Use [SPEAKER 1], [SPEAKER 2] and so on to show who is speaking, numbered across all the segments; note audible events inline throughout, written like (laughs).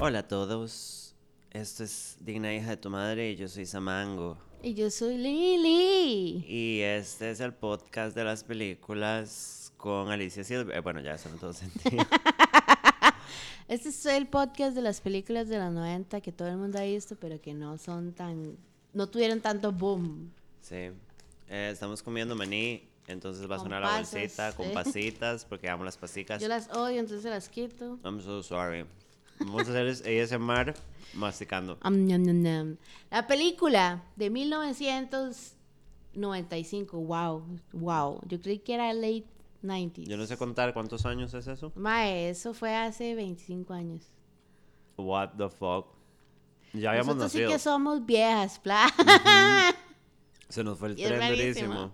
[SPEAKER 1] Hola a todos. Esto es Digna Hija de tu Madre y yo soy Samango.
[SPEAKER 2] Y yo soy Lili.
[SPEAKER 1] Y este es el podcast de las películas con Alicia Silver. Eh, Bueno, ya eso no todo
[SPEAKER 2] (laughs)
[SPEAKER 1] sentido.
[SPEAKER 2] Este es el podcast de las películas de los 90 que todo el mundo ha visto, pero que no son tan. no tuvieron tanto boom.
[SPEAKER 1] Sí. Eh, estamos comiendo maní, entonces va a
[SPEAKER 2] Con
[SPEAKER 1] sonar
[SPEAKER 2] pasas,
[SPEAKER 1] la bolsita con
[SPEAKER 2] sí.
[SPEAKER 1] pasitas porque amo las pasicas.
[SPEAKER 2] Yo las odio, entonces las quito.
[SPEAKER 1] I'm so sorry. Vamos a hacer es- ASMR masticando.
[SPEAKER 2] Am, ñam, ñam, ñam. La película de 1995. Wow, wow. Yo creí que era late 90s.
[SPEAKER 1] Yo no sé contar cuántos años es eso.
[SPEAKER 2] Mae, eso fue hace 25 años.
[SPEAKER 1] What the fuck. Ya habíamos
[SPEAKER 2] Nosotros sí
[SPEAKER 1] nacido.
[SPEAKER 2] que somos viejas, (laughs) pla.
[SPEAKER 1] Se nos fue el
[SPEAKER 2] Y es
[SPEAKER 1] tren
[SPEAKER 2] rarísimo.
[SPEAKER 1] durísimo.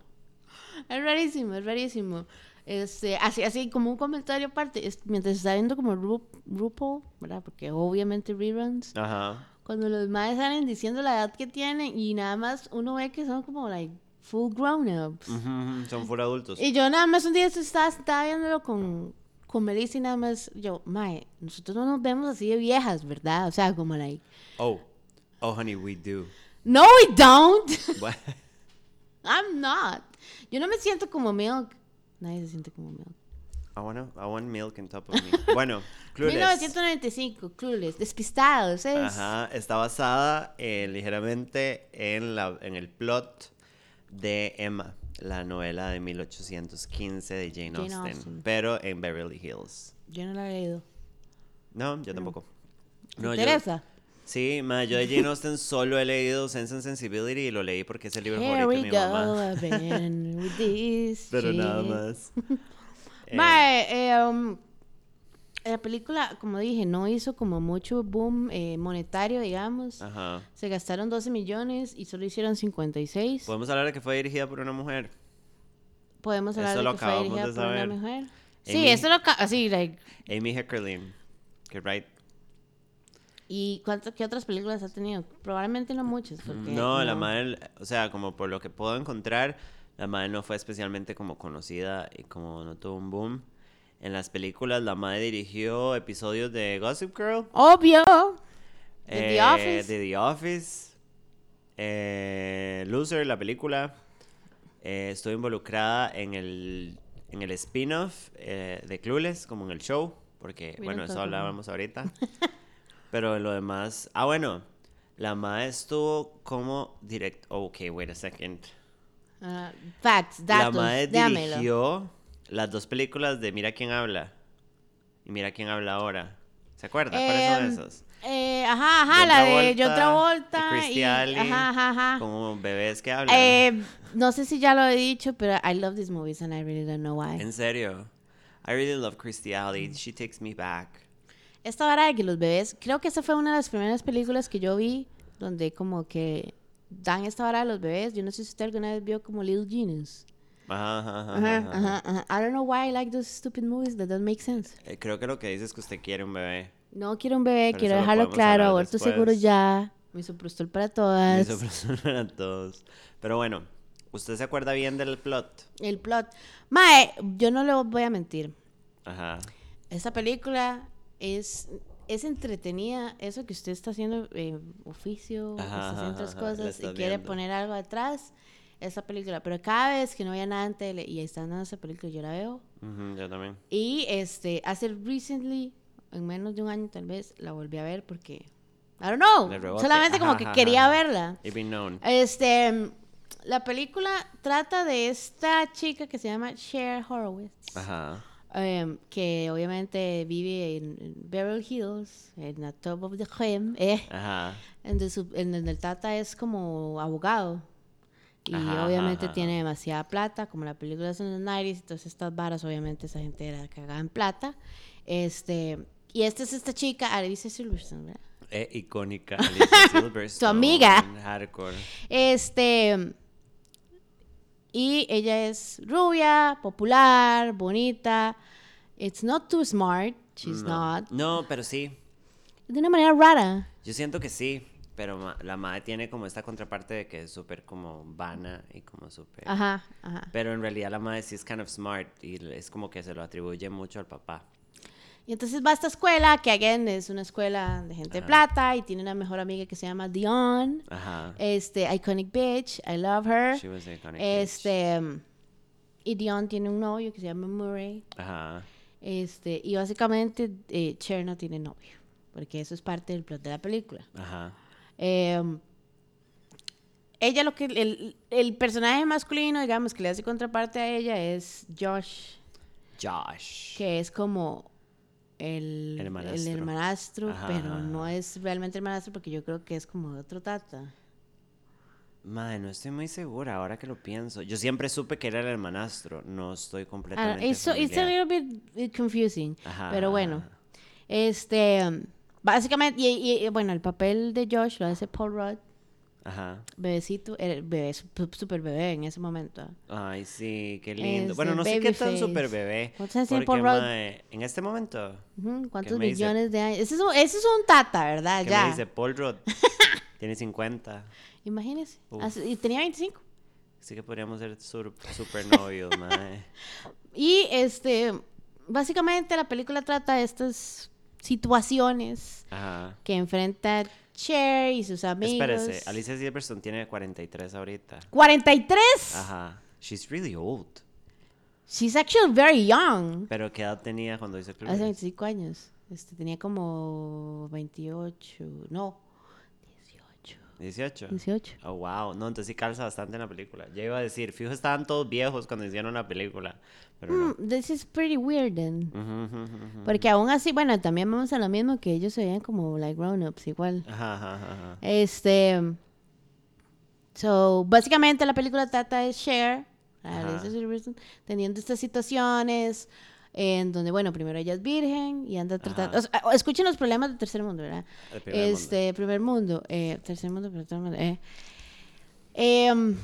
[SPEAKER 2] Es rarísimo, es rarísimo. Este, así, así como un comentario aparte, es- mientras está viendo como Ru RuPaul, ¿verdad? Porque obviamente reruns.
[SPEAKER 1] Ajá.
[SPEAKER 2] Cuando los madres salen diciendo la edad que tienen y nada más uno ve que son como like full grown ups.
[SPEAKER 1] Mm, Ujú, Son full adultos.
[SPEAKER 2] Y yo nada más un día estaba, estaba viéndolo con, con Melissa y nada más yo, mae, nosotros no nos vemos así de viejas, ¿verdad? O sea, como like,
[SPEAKER 1] Oh, oh, honey, we
[SPEAKER 2] (laughs)
[SPEAKER 1] do.
[SPEAKER 2] no we don't, (laughs)
[SPEAKER 1] What?
[SPEAKER 2] I'm not. Yo no me siento como Milk. Nadie se siente como Milk.
[SPEAKER 1] I wanna, I want milk on top of me.
[SPEAKER 2] (laughs)
[SPEAKER 1] Bueno, Clueless.
[SPEAKER 2] 1995, Clueless, despistados, ¿eh? es.
[SPEAKER 1] Ajá, está basada eh, ligeramente en la, en el plot de Emma, la novela de 1815 de Jane,
[SPEAKER 2] Jane
[SPEAKER 1] Austen,
[SPEAKER 2] Austen.
[SPEAKER 1] pero en Beverly Hills.
[SPEAKER 2] Yo no la he leído.
[SPEAKER 1] No, yo tampoco.
[SPEAKER 2] Mm. ¿Te
[SPEAKER 1] No, yo-
[SPEAKER 2] interesa?
[SPEAKER 1] sí, ma, yo de Jane Austen solo he leído Sense and Sensibility y lo leí porque es el libro
[SPEAKER 2] Here we
[SPEAKER 1] favorito de mi
[SPEAKER 2] go
[SPEAKER 1] mamá. (laughs)
[SPEAKER 2] again with this
[SPEAKER 1] Pero nada
[SPEAKER 2] shit. (laughs)
[SPEAKER 1] más. Eh,
[SPEAKER 2] Mae, eh, um, la película, como dije, no hizo como mucho boom eh, monetario, digamos.
[SPEAKER 1] Ajá.
[SPEAKER 2] Se gastaron 12 millones y solo hicieron 56.
[SPEAKER 1] Podemos hablar de que fue dirigida por una mujer.
[SPEAKER 2] Podemos hablar
[SPEAKER 1] eso
[SPEAKER 2] de
[SPEAKER 1] lo
[SPEAKER 2] que fue
[SPEAKER 1] acabamos
[SPEAKER 2] dirigida
[SPEAKER 1] de
[SPEAKER 2] por una
[SPEAKER 1] saber.
[SPEAKER 2] mujer.
[SPEAKER 1] Amy-
[SPEAKER 2] Sí, eso lo ca- así, like,
[SPEAKER 1] Amy Heckerlin. Que right.
[SPEAKER 2] ¿Y cuánto, qué otras películas ha tenido? Probablemente no muchas. Porque
[SPEAKER 1] No, la madre, o sea, como por lo que puedo encontrar, la madre no fue especialmente como conocida y como no tuvo un boom. En las películas, la madre dirigió episodios de Gossip Girl,
[SPEAKER 2] Obvio. De The Office.
[SPEAKER 1] Eh, de The Office, eh, Loser, la película. Eh, estuvo involucrada en el, en el spin-off eh, de Clueless, como en el show, porque,
[SPEAKER 2] Mira
[SPEAKER 1] bueno, eso
[SPEAKER 2] todo.
[SPEAKER 1] hablábamos ahorita.
[SPEAKER 2] (laughs)
[SPEAKER 1] Pero lo demás. Ah, bueno, la madre estuvo como directo. Ok, wait a second.
[SPEAKER 2] Ah, facts,
[SPEAKER 1] la
[SPEAKER 2] datos.
[SPEAKER 1] madre
[SPEAKER 2] dámelo.
[SPEAKER 1] dirigió las dos películas de Mira quién habla y Mira quién habla ahora. ¿Se acuerda?
[SPEAKER 2] Em,
[SPEAKER 1] ¿Cuáles son esos?
[SPEAKER 2] eh, ajá, ajá,
[SPEAKER 1] John
[SPEAKER 2] la de John
[SPEAKER 1] Travolta,
[SPEAKER 2] Travolta.
[SPEAKER 1] Christy
[SPEAKER 2] y,
[SPEAKER 1] Alley,
[SPEAKER 2] ajá, ajá, ajá.
[SPEAKER 1] Como bebés que hablan.
[SPEAKER 2] Eh, no sé si ya lo he dicho, pero I love these movies and I really don't know why.
[SPEAKER 1] en serio. I really love Christy Alley. She takes me back.
[SPEAKER 2] Esta vara de que los bebés, creo que esa fue una de las primeras películas que yo vi donde como que dan esta vara de los bebés. Yo no sé si usted alguna vez vio como Little Genius.
[SPEAKER 1] Ajá, ajá, ajá,
[SPEAKER 2] Ajá,
[SPEAKER 1] ajá.
[SPEAKER 2] ajá, ajá. I don't know why I like those stupid movies that don't make sense.
[SPEAKER 1] Eh, creo que lo que dices es que usted quiere un bebé.
[SPEAKER 2] No quiero un bebé,
[SPEAKER 1] Pero
[SPEAKER 2] quiero
[SPEAKER 1] eso lo
[SPEAKER 2] dejarlo
[SPEAKER 1] podemos
[SPEAKER 2] claro,
[SPEAKER 1] hablar
[SPEAKER 2] aborto
[SPEAKER 1] después.
[SPEAKER 2] seguro ya, mi soprostol para todas.
[SPEAKER 1] Eso (laughs) para todos. Pero bueno, ¿usted se acuerda bien del plot?
[SPEAKER 2] El plot. Mae, yo no le voy a mentir.
[SPEAKER 1] Ajá.
[SPEAKER 2] Esta película es, es entretenida. Eso que usted está haciendo eh, oficio,
[SPEAKER 1] Ajá,
[SPEAKER 2] está haciendo
[SPEAKER 1] ajá,
[SPEAKER 2] otras
[SPEAKER 1] ajá, la
[SPEAKER 2] cosas y
[SPEAKER 1] estás
[SPEAKER 2] quiere
[SPEAKER 1] viendo.
[SPEAKER 2] poner algo atrás. Esa película. Pero cada vez que no veía nada en tele y están dando esa película, yo la veo.
[SPEAKER 1] Ujú, yo también.
[SPEAKER 2] Y este, hace recently, en menos de un año tal vez, la volví a ver porque. I don't
[SPEAKER 1] Le
[SPEAKER 2] know.
[SPEAKER 1] rebote.
[SPEAKER 2] Solamente como
[SPEAKER 1] Ajá,
[SPEAKER 2] que
[SPEAKER 1] ajá,
[SPEAKER 2] quería
[SPEAKER 1] ajá.
[SPEAKER 2] verla.
[SPEAKER 1] It be known.
[SPEAKER 2] Este, la película trata de esta chica que se llama Cher Horowitz,
[SPEAKER 1] Ajá.
[SPEAKER 2] em, que obviamente vive en, en Beverly Hills, en la top of the gem, eh,
[SPEAKER 1] Ajá.
[SPEAKER 2] donde su- en donde el tata es como abogado. Y
[SPEAKER 1] Ajá,
[SPEAKER 2] obviamente
[SPEAKER 1] ajá,
[SPEAKER 2] tiene demasiada plata, como la película es en los 90 entonces estas varas, obviamente esa gente era cagada en plata. Este, y esta es esta chica, Alicia Silverstone, ¿verdad?
[SPEAKER 1] Eh, icónica Alicia Silverstone.
[SPEAKER 2] (laughs) Tu amiga.
[SPEAKER 1] Hardcore.
[SPEAKER 2] Este. Y ella es rubia, popular, bonita. It's not too smart. She's
[SPEAKER 1] no.
[SPEAKER 2] not.
[SPEAKER 1] Mm. No, pero sí.
[SPEAKER 2] De una manera rara.
[SPEAKER 1] Yo siento que sí. Pero ma- la madre tiene como esta contraparte de que es súper como vana y como súper...
[SPEAKER 2] Ajá, ajá.
[SPEAKER 1] Pero en realidad la madre sí es kind of smart y es como que se lo atribuye mucho al papá.
[SPEAKER 2] Y entonces va a esta escuela, que again es una escuela de gente de
[SPEAKER 1] Ajá.
[SPEAKER 2] plata y tiene una mejor amiga que se llama Dion.
[SPEAKER 1] Ajá.
[SPEAKER 2] Este, iconic bitch, I love her.
[SPEAKER 1] She was an iconic bitch.
[SPEAKER 2] Este, y Dion tiene un novio que se llama Murray.
[SPEAKER 1] Ajá.
[SPEAKER 2] Este, y básicamente eh, Cher no tiene novio, porque eso es parte del plot de la película.
[SPEAKER 1] Ajá.
[SPEAKER 2] Eh, ella lo que el, el personaje masculino, digamos, que le hace contraparte a ella es Josh,
[SPEAKER 1] Josh.
[SPEAKER 2] que es como el,
[SPEAKER 1] El
[SPEAKER 2] el hermanastro,
[SPEAKER 1] hermanastro. Ajá,
[SPEAKER 2] pero
[SPEAKER 1] ajá,
[SPEAKER 2] no es realmente hermanastro porque yo creo que es como de otro tata.
[SPEAKER 1] Madre, no estoy muy segura ahora que lo pienso. Yo siempre supe que era el hermanastro. No estoy
[SPEAKER 2] Ah,
[SPEAKER 1] completamente
[SPEAKER 2] it's, so- it's a
[SPEAKER 1] familiar.
[SPEAKER 2] little bit eh, confusing,
[SPEAKER 1] Ajá,
[SPEAKER 2] pero bueno.
[SPEAKER 1] ajá.
[SPEAKER 2] Este, básicamente, y, y- y, bueno, el papel de Josh lo hace Paul Rudd,
[SPEAKER 1] Ajá.
[SPEAKER 2] bebecito, era bebé, sup- super bebé en ese momento.
[SPEAKER 1] Ay, sí, qué lindo.
[SPEAKER 2] Es
[SPEAKER 1] Bueno,
[SPEAKER 2] de
[SPEAKER 1] no sé qué tan
[SPEAKER 2] Babyface.
[SPEAKER 1] super bebé.
[SPEAKER 2] ¿Cuántos años tiene
[SPEAKER 1] porque,
[SPEAKER 2] Paul Rudd?
[SPEAKER 1] mae, en este momento,
[SPEAKER 2] Ujú, ¿Cuántos
[SPEAKER 1] me dice?
[SPEAKER 2] millones de años? Ese es un, ese es un tata, ¿verdad?
[SPEAKER 1] ¿qué
[SPEAKER 2] ya.
[SPEAKER 1] me dice Paul
[SPEAKER 2] (laughs)
[SPEAKER 1] Rudd? Tiene 50.
[SPEAKER 2] Imagínese.
[SPEAKER 1] Uf.
[SPEAKER 2] Hace- y tenía 25.
[SPEAKER 1] Así que podríamos ser sur- super novios,
[SPEAKER 2] (laughs)
[SPEAKER 1] mae.
[SPEAKER 2] Y este, básicamente la película trata de estas situaciones
[SPEAKER 1] Ajá.
[SPEAKER 2] que enfrenta Cher y sus amigos.
[SPEAKER 1] Espérese, Alicia Silverstone tiene 43 ahorita.
[SPEAKER 2] 43.
[SPEAKER 1] Ajá. She's really old.
[SPEAKER 2] She's actually very young.
[SPEAKER 1] Pero ¿qué edad tenía cuando hizo
[SPEAKER 2] Hace
[SPEAKER 1] Clueless?
[SPEAKER 2] 25 años. Este, tenía como 28. No. 18.
[SPEAKER 1] 18.
[SPEAKER 2] 18.
[SPEAKER 1] Oh, wow. No, entonces sí calza bastante en la película. Ya iba a decir, fijo, estaban todos viejos cuando hicieron la película. Pero no.
[SPEAKER 2] Mm, this is pretty weird then.
[SPEAKER 1] Ujú, ujú, ujú.
[SPEAKER 2] Porque aún así, bueno, también vamos a lo mismo que ellos se veían como like grown-ups igual.
[SPEAKER 1] Ajá, ajá, ajá.
[SPEAKER 2] Este. So, básicamente la película trata de Cher, a
[SPEAKER 1] Ajá.
[SPEAKER 2] Alicia Silverstone, teniendo estas situaciones en donde, bueno, primero ella es virgen y anda
[SPEAKER 1] Ajá.
[SPEAKER 2] tratando. o sea, o- escuchen los problemas del tercer mundo, ¿verdad?
[SPEAKER 1] El primer mundo.
[SPEAKER 2] este, primer mundo. eh, tercer mundo, pero tercer mundo. eh. Em,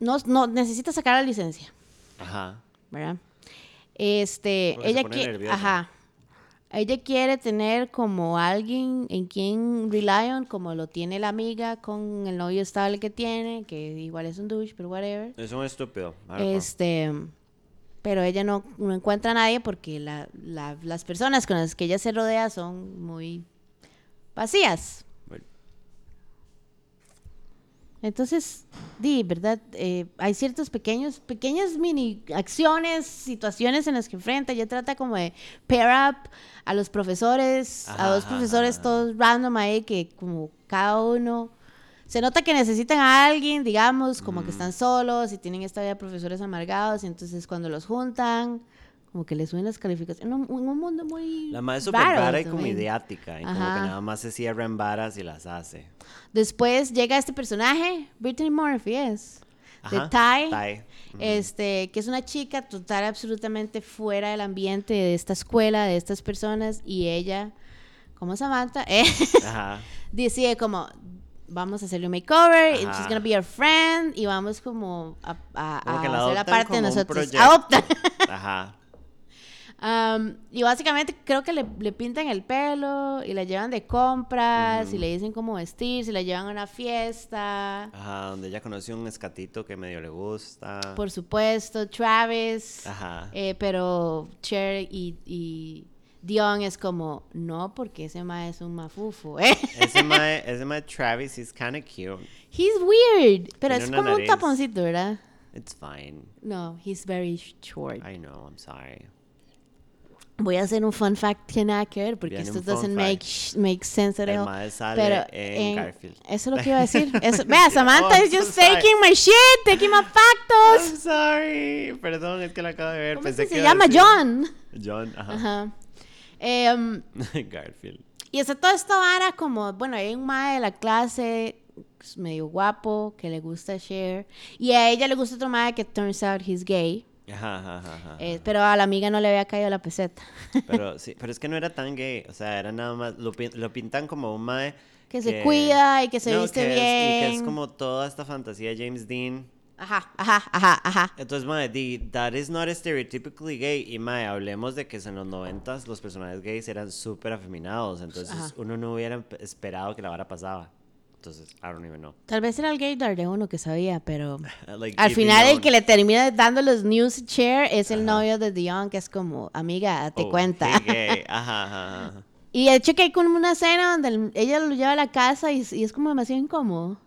[SPEAKER 2] no, no, necesita sacar la licencia.
[SPEAKER 1] Ajá.
[SPEAKER 2] ¿verdad? Este,
[SPEAKER 1] Porque se
[SPEAKER 2] ella
[SPEAKER 1] pone
[SPEAKER 2] quiere,
[SPEAKER 1] nerviosa.
[SPEAKER 2] ajá. Ella quiere tener como alguien en quien rely on, como lo tiene la amiga con el novio estable que tiene, que igual es un douche, pero whatever.
[SPEAKER 1] Es un estúpido. hardcore.
[SPEAKER 2] Este, pero ella no, no encuentra a nadie porque la- la- las personas con las que ella se rodea son muy vacías.
[SPEAKER 1] Bueno,
[SPEAKER 2] Entonces, di, ¿verdad? Eh, hay ciertos pequeños, pequeñas mini acciones, situaciones en las que enfrenta. Ella trata como de pair up a los profesores, a
[SPEAKER 1] Ajá,
[SPEAKER 2] dos
[SPEAKER 1] ajá,
[SPEAKER 2] profesores
[SPEAKER 1] ajá.
[SPEAKER 2] todos random ahí, que como cada uno. Se nota que necesitan a alguien, digamos, como que están solos y tienen esta vida de profesores amargados. Y entonces, cuando los juntan, como que les suben las calificaciones. En un, en un mundo muy.
[SPEAKER 1] La madre es súper
[SPEAKER 2] raro
[SPEAKER 1] rara y como
[SPEAKER 2] también.
[SPEAKER 1] ideática. Y como que
[SPEAKER 2] Ajá.
[SPEAKER 1] nada más se cierra en varas y las hace.
[SPEAKER 2] Después llega este personaje, Brittany Murphy es, de
[SPEAKER 1] Ajá,
[SPEAKER 2] Ty, (laughs)
[SPEAKER 1] Ty.
[SPEAKER 2] este, que es una chica total, absolutamente fuera del ambiente de esta escuela, de estas personas, y ella, como Samantha, (laughs) eh,
[SPEAKER 1] Ajá.
[SPEAKER 2] decide como, vamos a hacerle un makeover, and she's
[SPEAKER 1] Ajá.
[SPEAKER 2] gonna be our friend, y vamos como a, a- a
[SPEAKER 1] Como que la
[SPEAKER 2] hacer la
[SPEAKER 1] adoptan
[SPEAKER 2] parte de
[SPEAKER 1] como un
[SPEAKER 2] nosotros.
[SPEAKER 1] proyecto.
[SPEAKER 2] Adoptan. (laughs)
[SPEAKER 1] Ajá.
[SPEAKER 2] Am, y básicamente creo que le, le pintan el pelo y la llevan de compras y le dicen cómo vestir, se la llevan a una fiesta.
[SPEAKER 1] Ajá. Donde ella conoció un escatito que medio le gusta.
[SPEAKER 2] Por supuesto, Travis.
[SPEAKER 1] Ajá.
[SPEAKER 2] Pues, eh, pero Cher y, y Dion es como, no, porque ese ma es un mafufo. ¿eh? (laughs)
[SPEAKER 1] Ese mae, ese mae Travis is kinda cute.
[SPEAKER 2] He's weird. Pero
[SPEAKER 1] Tiene
[SPEAKER 2] es
[SPEAKER 1] una
[SPEAKER 2] como un
[SPEAKER 1] nariz.
[SPEAKER 2] taponcito, ¿verdad?
[SPEAKER 1] It's fine.
[SPEAKER 2] No, he's very short.
[SPEAKER 1] I know, I'm sorry.
[SPEAKER 2] Voy a hacer un fun fact que nada que ver, porque
[SPEAKER 1] Viene
[SPEAKER 2] esto
[SPEAKER 1] un fun
[SPEAKER 2] doesn't make, make sense at
[SPEAKER 1] El
[SPEAKER 2] all.
[SPEAKER 1] mae sale en Garfield.
[SPEAKER 2] Eso es lo que iba a decir.
[SPEAKER 1] (laughs)
[SPEAKER 2] Eso- vea, Samantha
[SPEAKER 1] Oh,
[SPEAKER 2] is just
[SPEAKER 1] sorry.
[SPEAKER 2] taking my shit, taking my factos.
[SPEAKER 1] I'm sorry. Perdón, es que la acabo de ver.
[SPEAKER 2] ¿Cómo es
[SPEAKER 1] Pensé que
[SPEAKER 2] que se
[SPEAKER 1] iba a
[SPEAKER 2] llama
[SPEAKER 1] decir- Ah.
[SPEAKER 2] John?
[SPEAKER 1] John, ajá.
[SPEAKER 2] Ajá. Em,
[SPEAKER 1] (laughs) Garfield.
[SPEAKER 2] Y está toda esta vara como, bueno, hay un mae de la clase pues, medio guapo que le gusta Cher. Y a ella le gusta otro mae que turns out he's gay.
[SPEAKER 1] Ajá, ajá, ajá, ajá.
[SPEAKER 2] eh, pero a la amiga no le había caído la
[SPEAKER 1] (laughs)
[SPEAKER 2] peseta. (laughs)
[SPEAKER 1] Pero sí, pero es que no era tan gay, o sea, era nada más, lo, pin- lo pintan como un mae
[SPEAKER 2] Que se cuida y que se viste
[SPEAKER 1] es- y que es
[SPEAKER 2] bien.
[SPEAKER 1] como toda esta fantasía de James Dean.
[SPEAKER 2] Ajá, ajá, ajá, ajá.
[SPEAKER 1] Entonces, mae, di, that is not stereotypically gay. Y mae, hablemos de que en los noventas los personajes gays eran súper afeminados. Entonces,
[SPEAKER 2] Ajá.
[SPEAKER 1] uno no hubiera empe- esperado que la vara pasaba. Entonces, I don't even know.
[SPEAKER 2] Tal vez era el gaydar de uno que sabía,
[SPEAKER 1] (laughs)
[SPEAKER 2] pero
[SPEAKER 1] Like,
[SPEAKER 2] al
[SPEAKER 1] if you
[SPEAKER 2] final el
[SPEAKER 1] know-
[SPEAKER 2] que le termina dando los news share es el novio de Dion, que es como, amiga, te
[SPEAKER 1] Oh,
[SPEAKER 2] cuenta.
[SPEAKER 1] hey, gay. Ajá, ajá, ajá.
[SPEAKER 2] (laughs) Y de hecho que hay como una escena donde el- ella lo lleva a la casa y, es- y es como demasiado incómodo.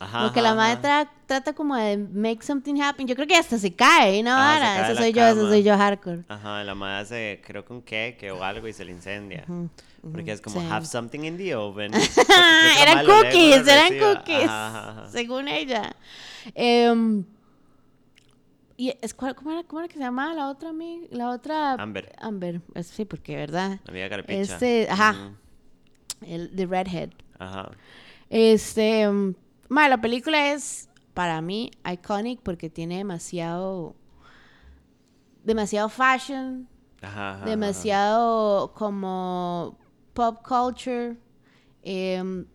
[SPEAKER 1] Ajá,
[SPEAKER 2] Porque
[SPEAKER 1] ajá,
[SPEAKER 2] la madre
[SPEAKER 1] ajá.
[SPEAKER 2] tra- trata como de make something happen. Yo creo que hasta se cae, ¿no?
[SPEAKER 1] Ah, se
[SPEAKER 2] Vara?
[SPEAKER 1] cae de
[SPEAKER 2] Esa
[SPEAKER 1] la
[SPEAKER 2] soy yo, esa
[SPEAKER 1] cama.
[SPEAKER 2] soy yo hardcore.
[SPEAKER 1] Ajá, la madre hace, creo que un queque o algo y se le incendia. Porque es como,
[SPEAKER 2] sí.
[SPEAKER 1] have something in the
[SPEAKER 2] (laughs)
[SPEAKER 1] oven.
[SPEAKER 2] Ah, eran cookies, eran cookies.
[SPEAKER 1] cookies.
[SPEAKER 2] Según ella. Em, y es, ¿cuál- cómo, era, cómo era que se llamaba la otra amiga? La otra...
[SPEAKER 1] Amber.
[SPEAKER 2] Amber. es- Sí, porque, ¿verdad?
[SPEAKER 1] Amiga carpicha.
[SPEAKER 2] Este, ajá,
[SPEAKER 1] Ujú,
[SPEAKER 2] el de Redhead.
[SPEAKER 1] Ajá.
[SPEAKER 2] Este, mm, ma, la película es para mí iconic porque tiene demasiado demasiado fashion,
[SPEAKER 1] Ajá, ajá, ajá.
[SPEAKER 2] demasiado como pop culture. em,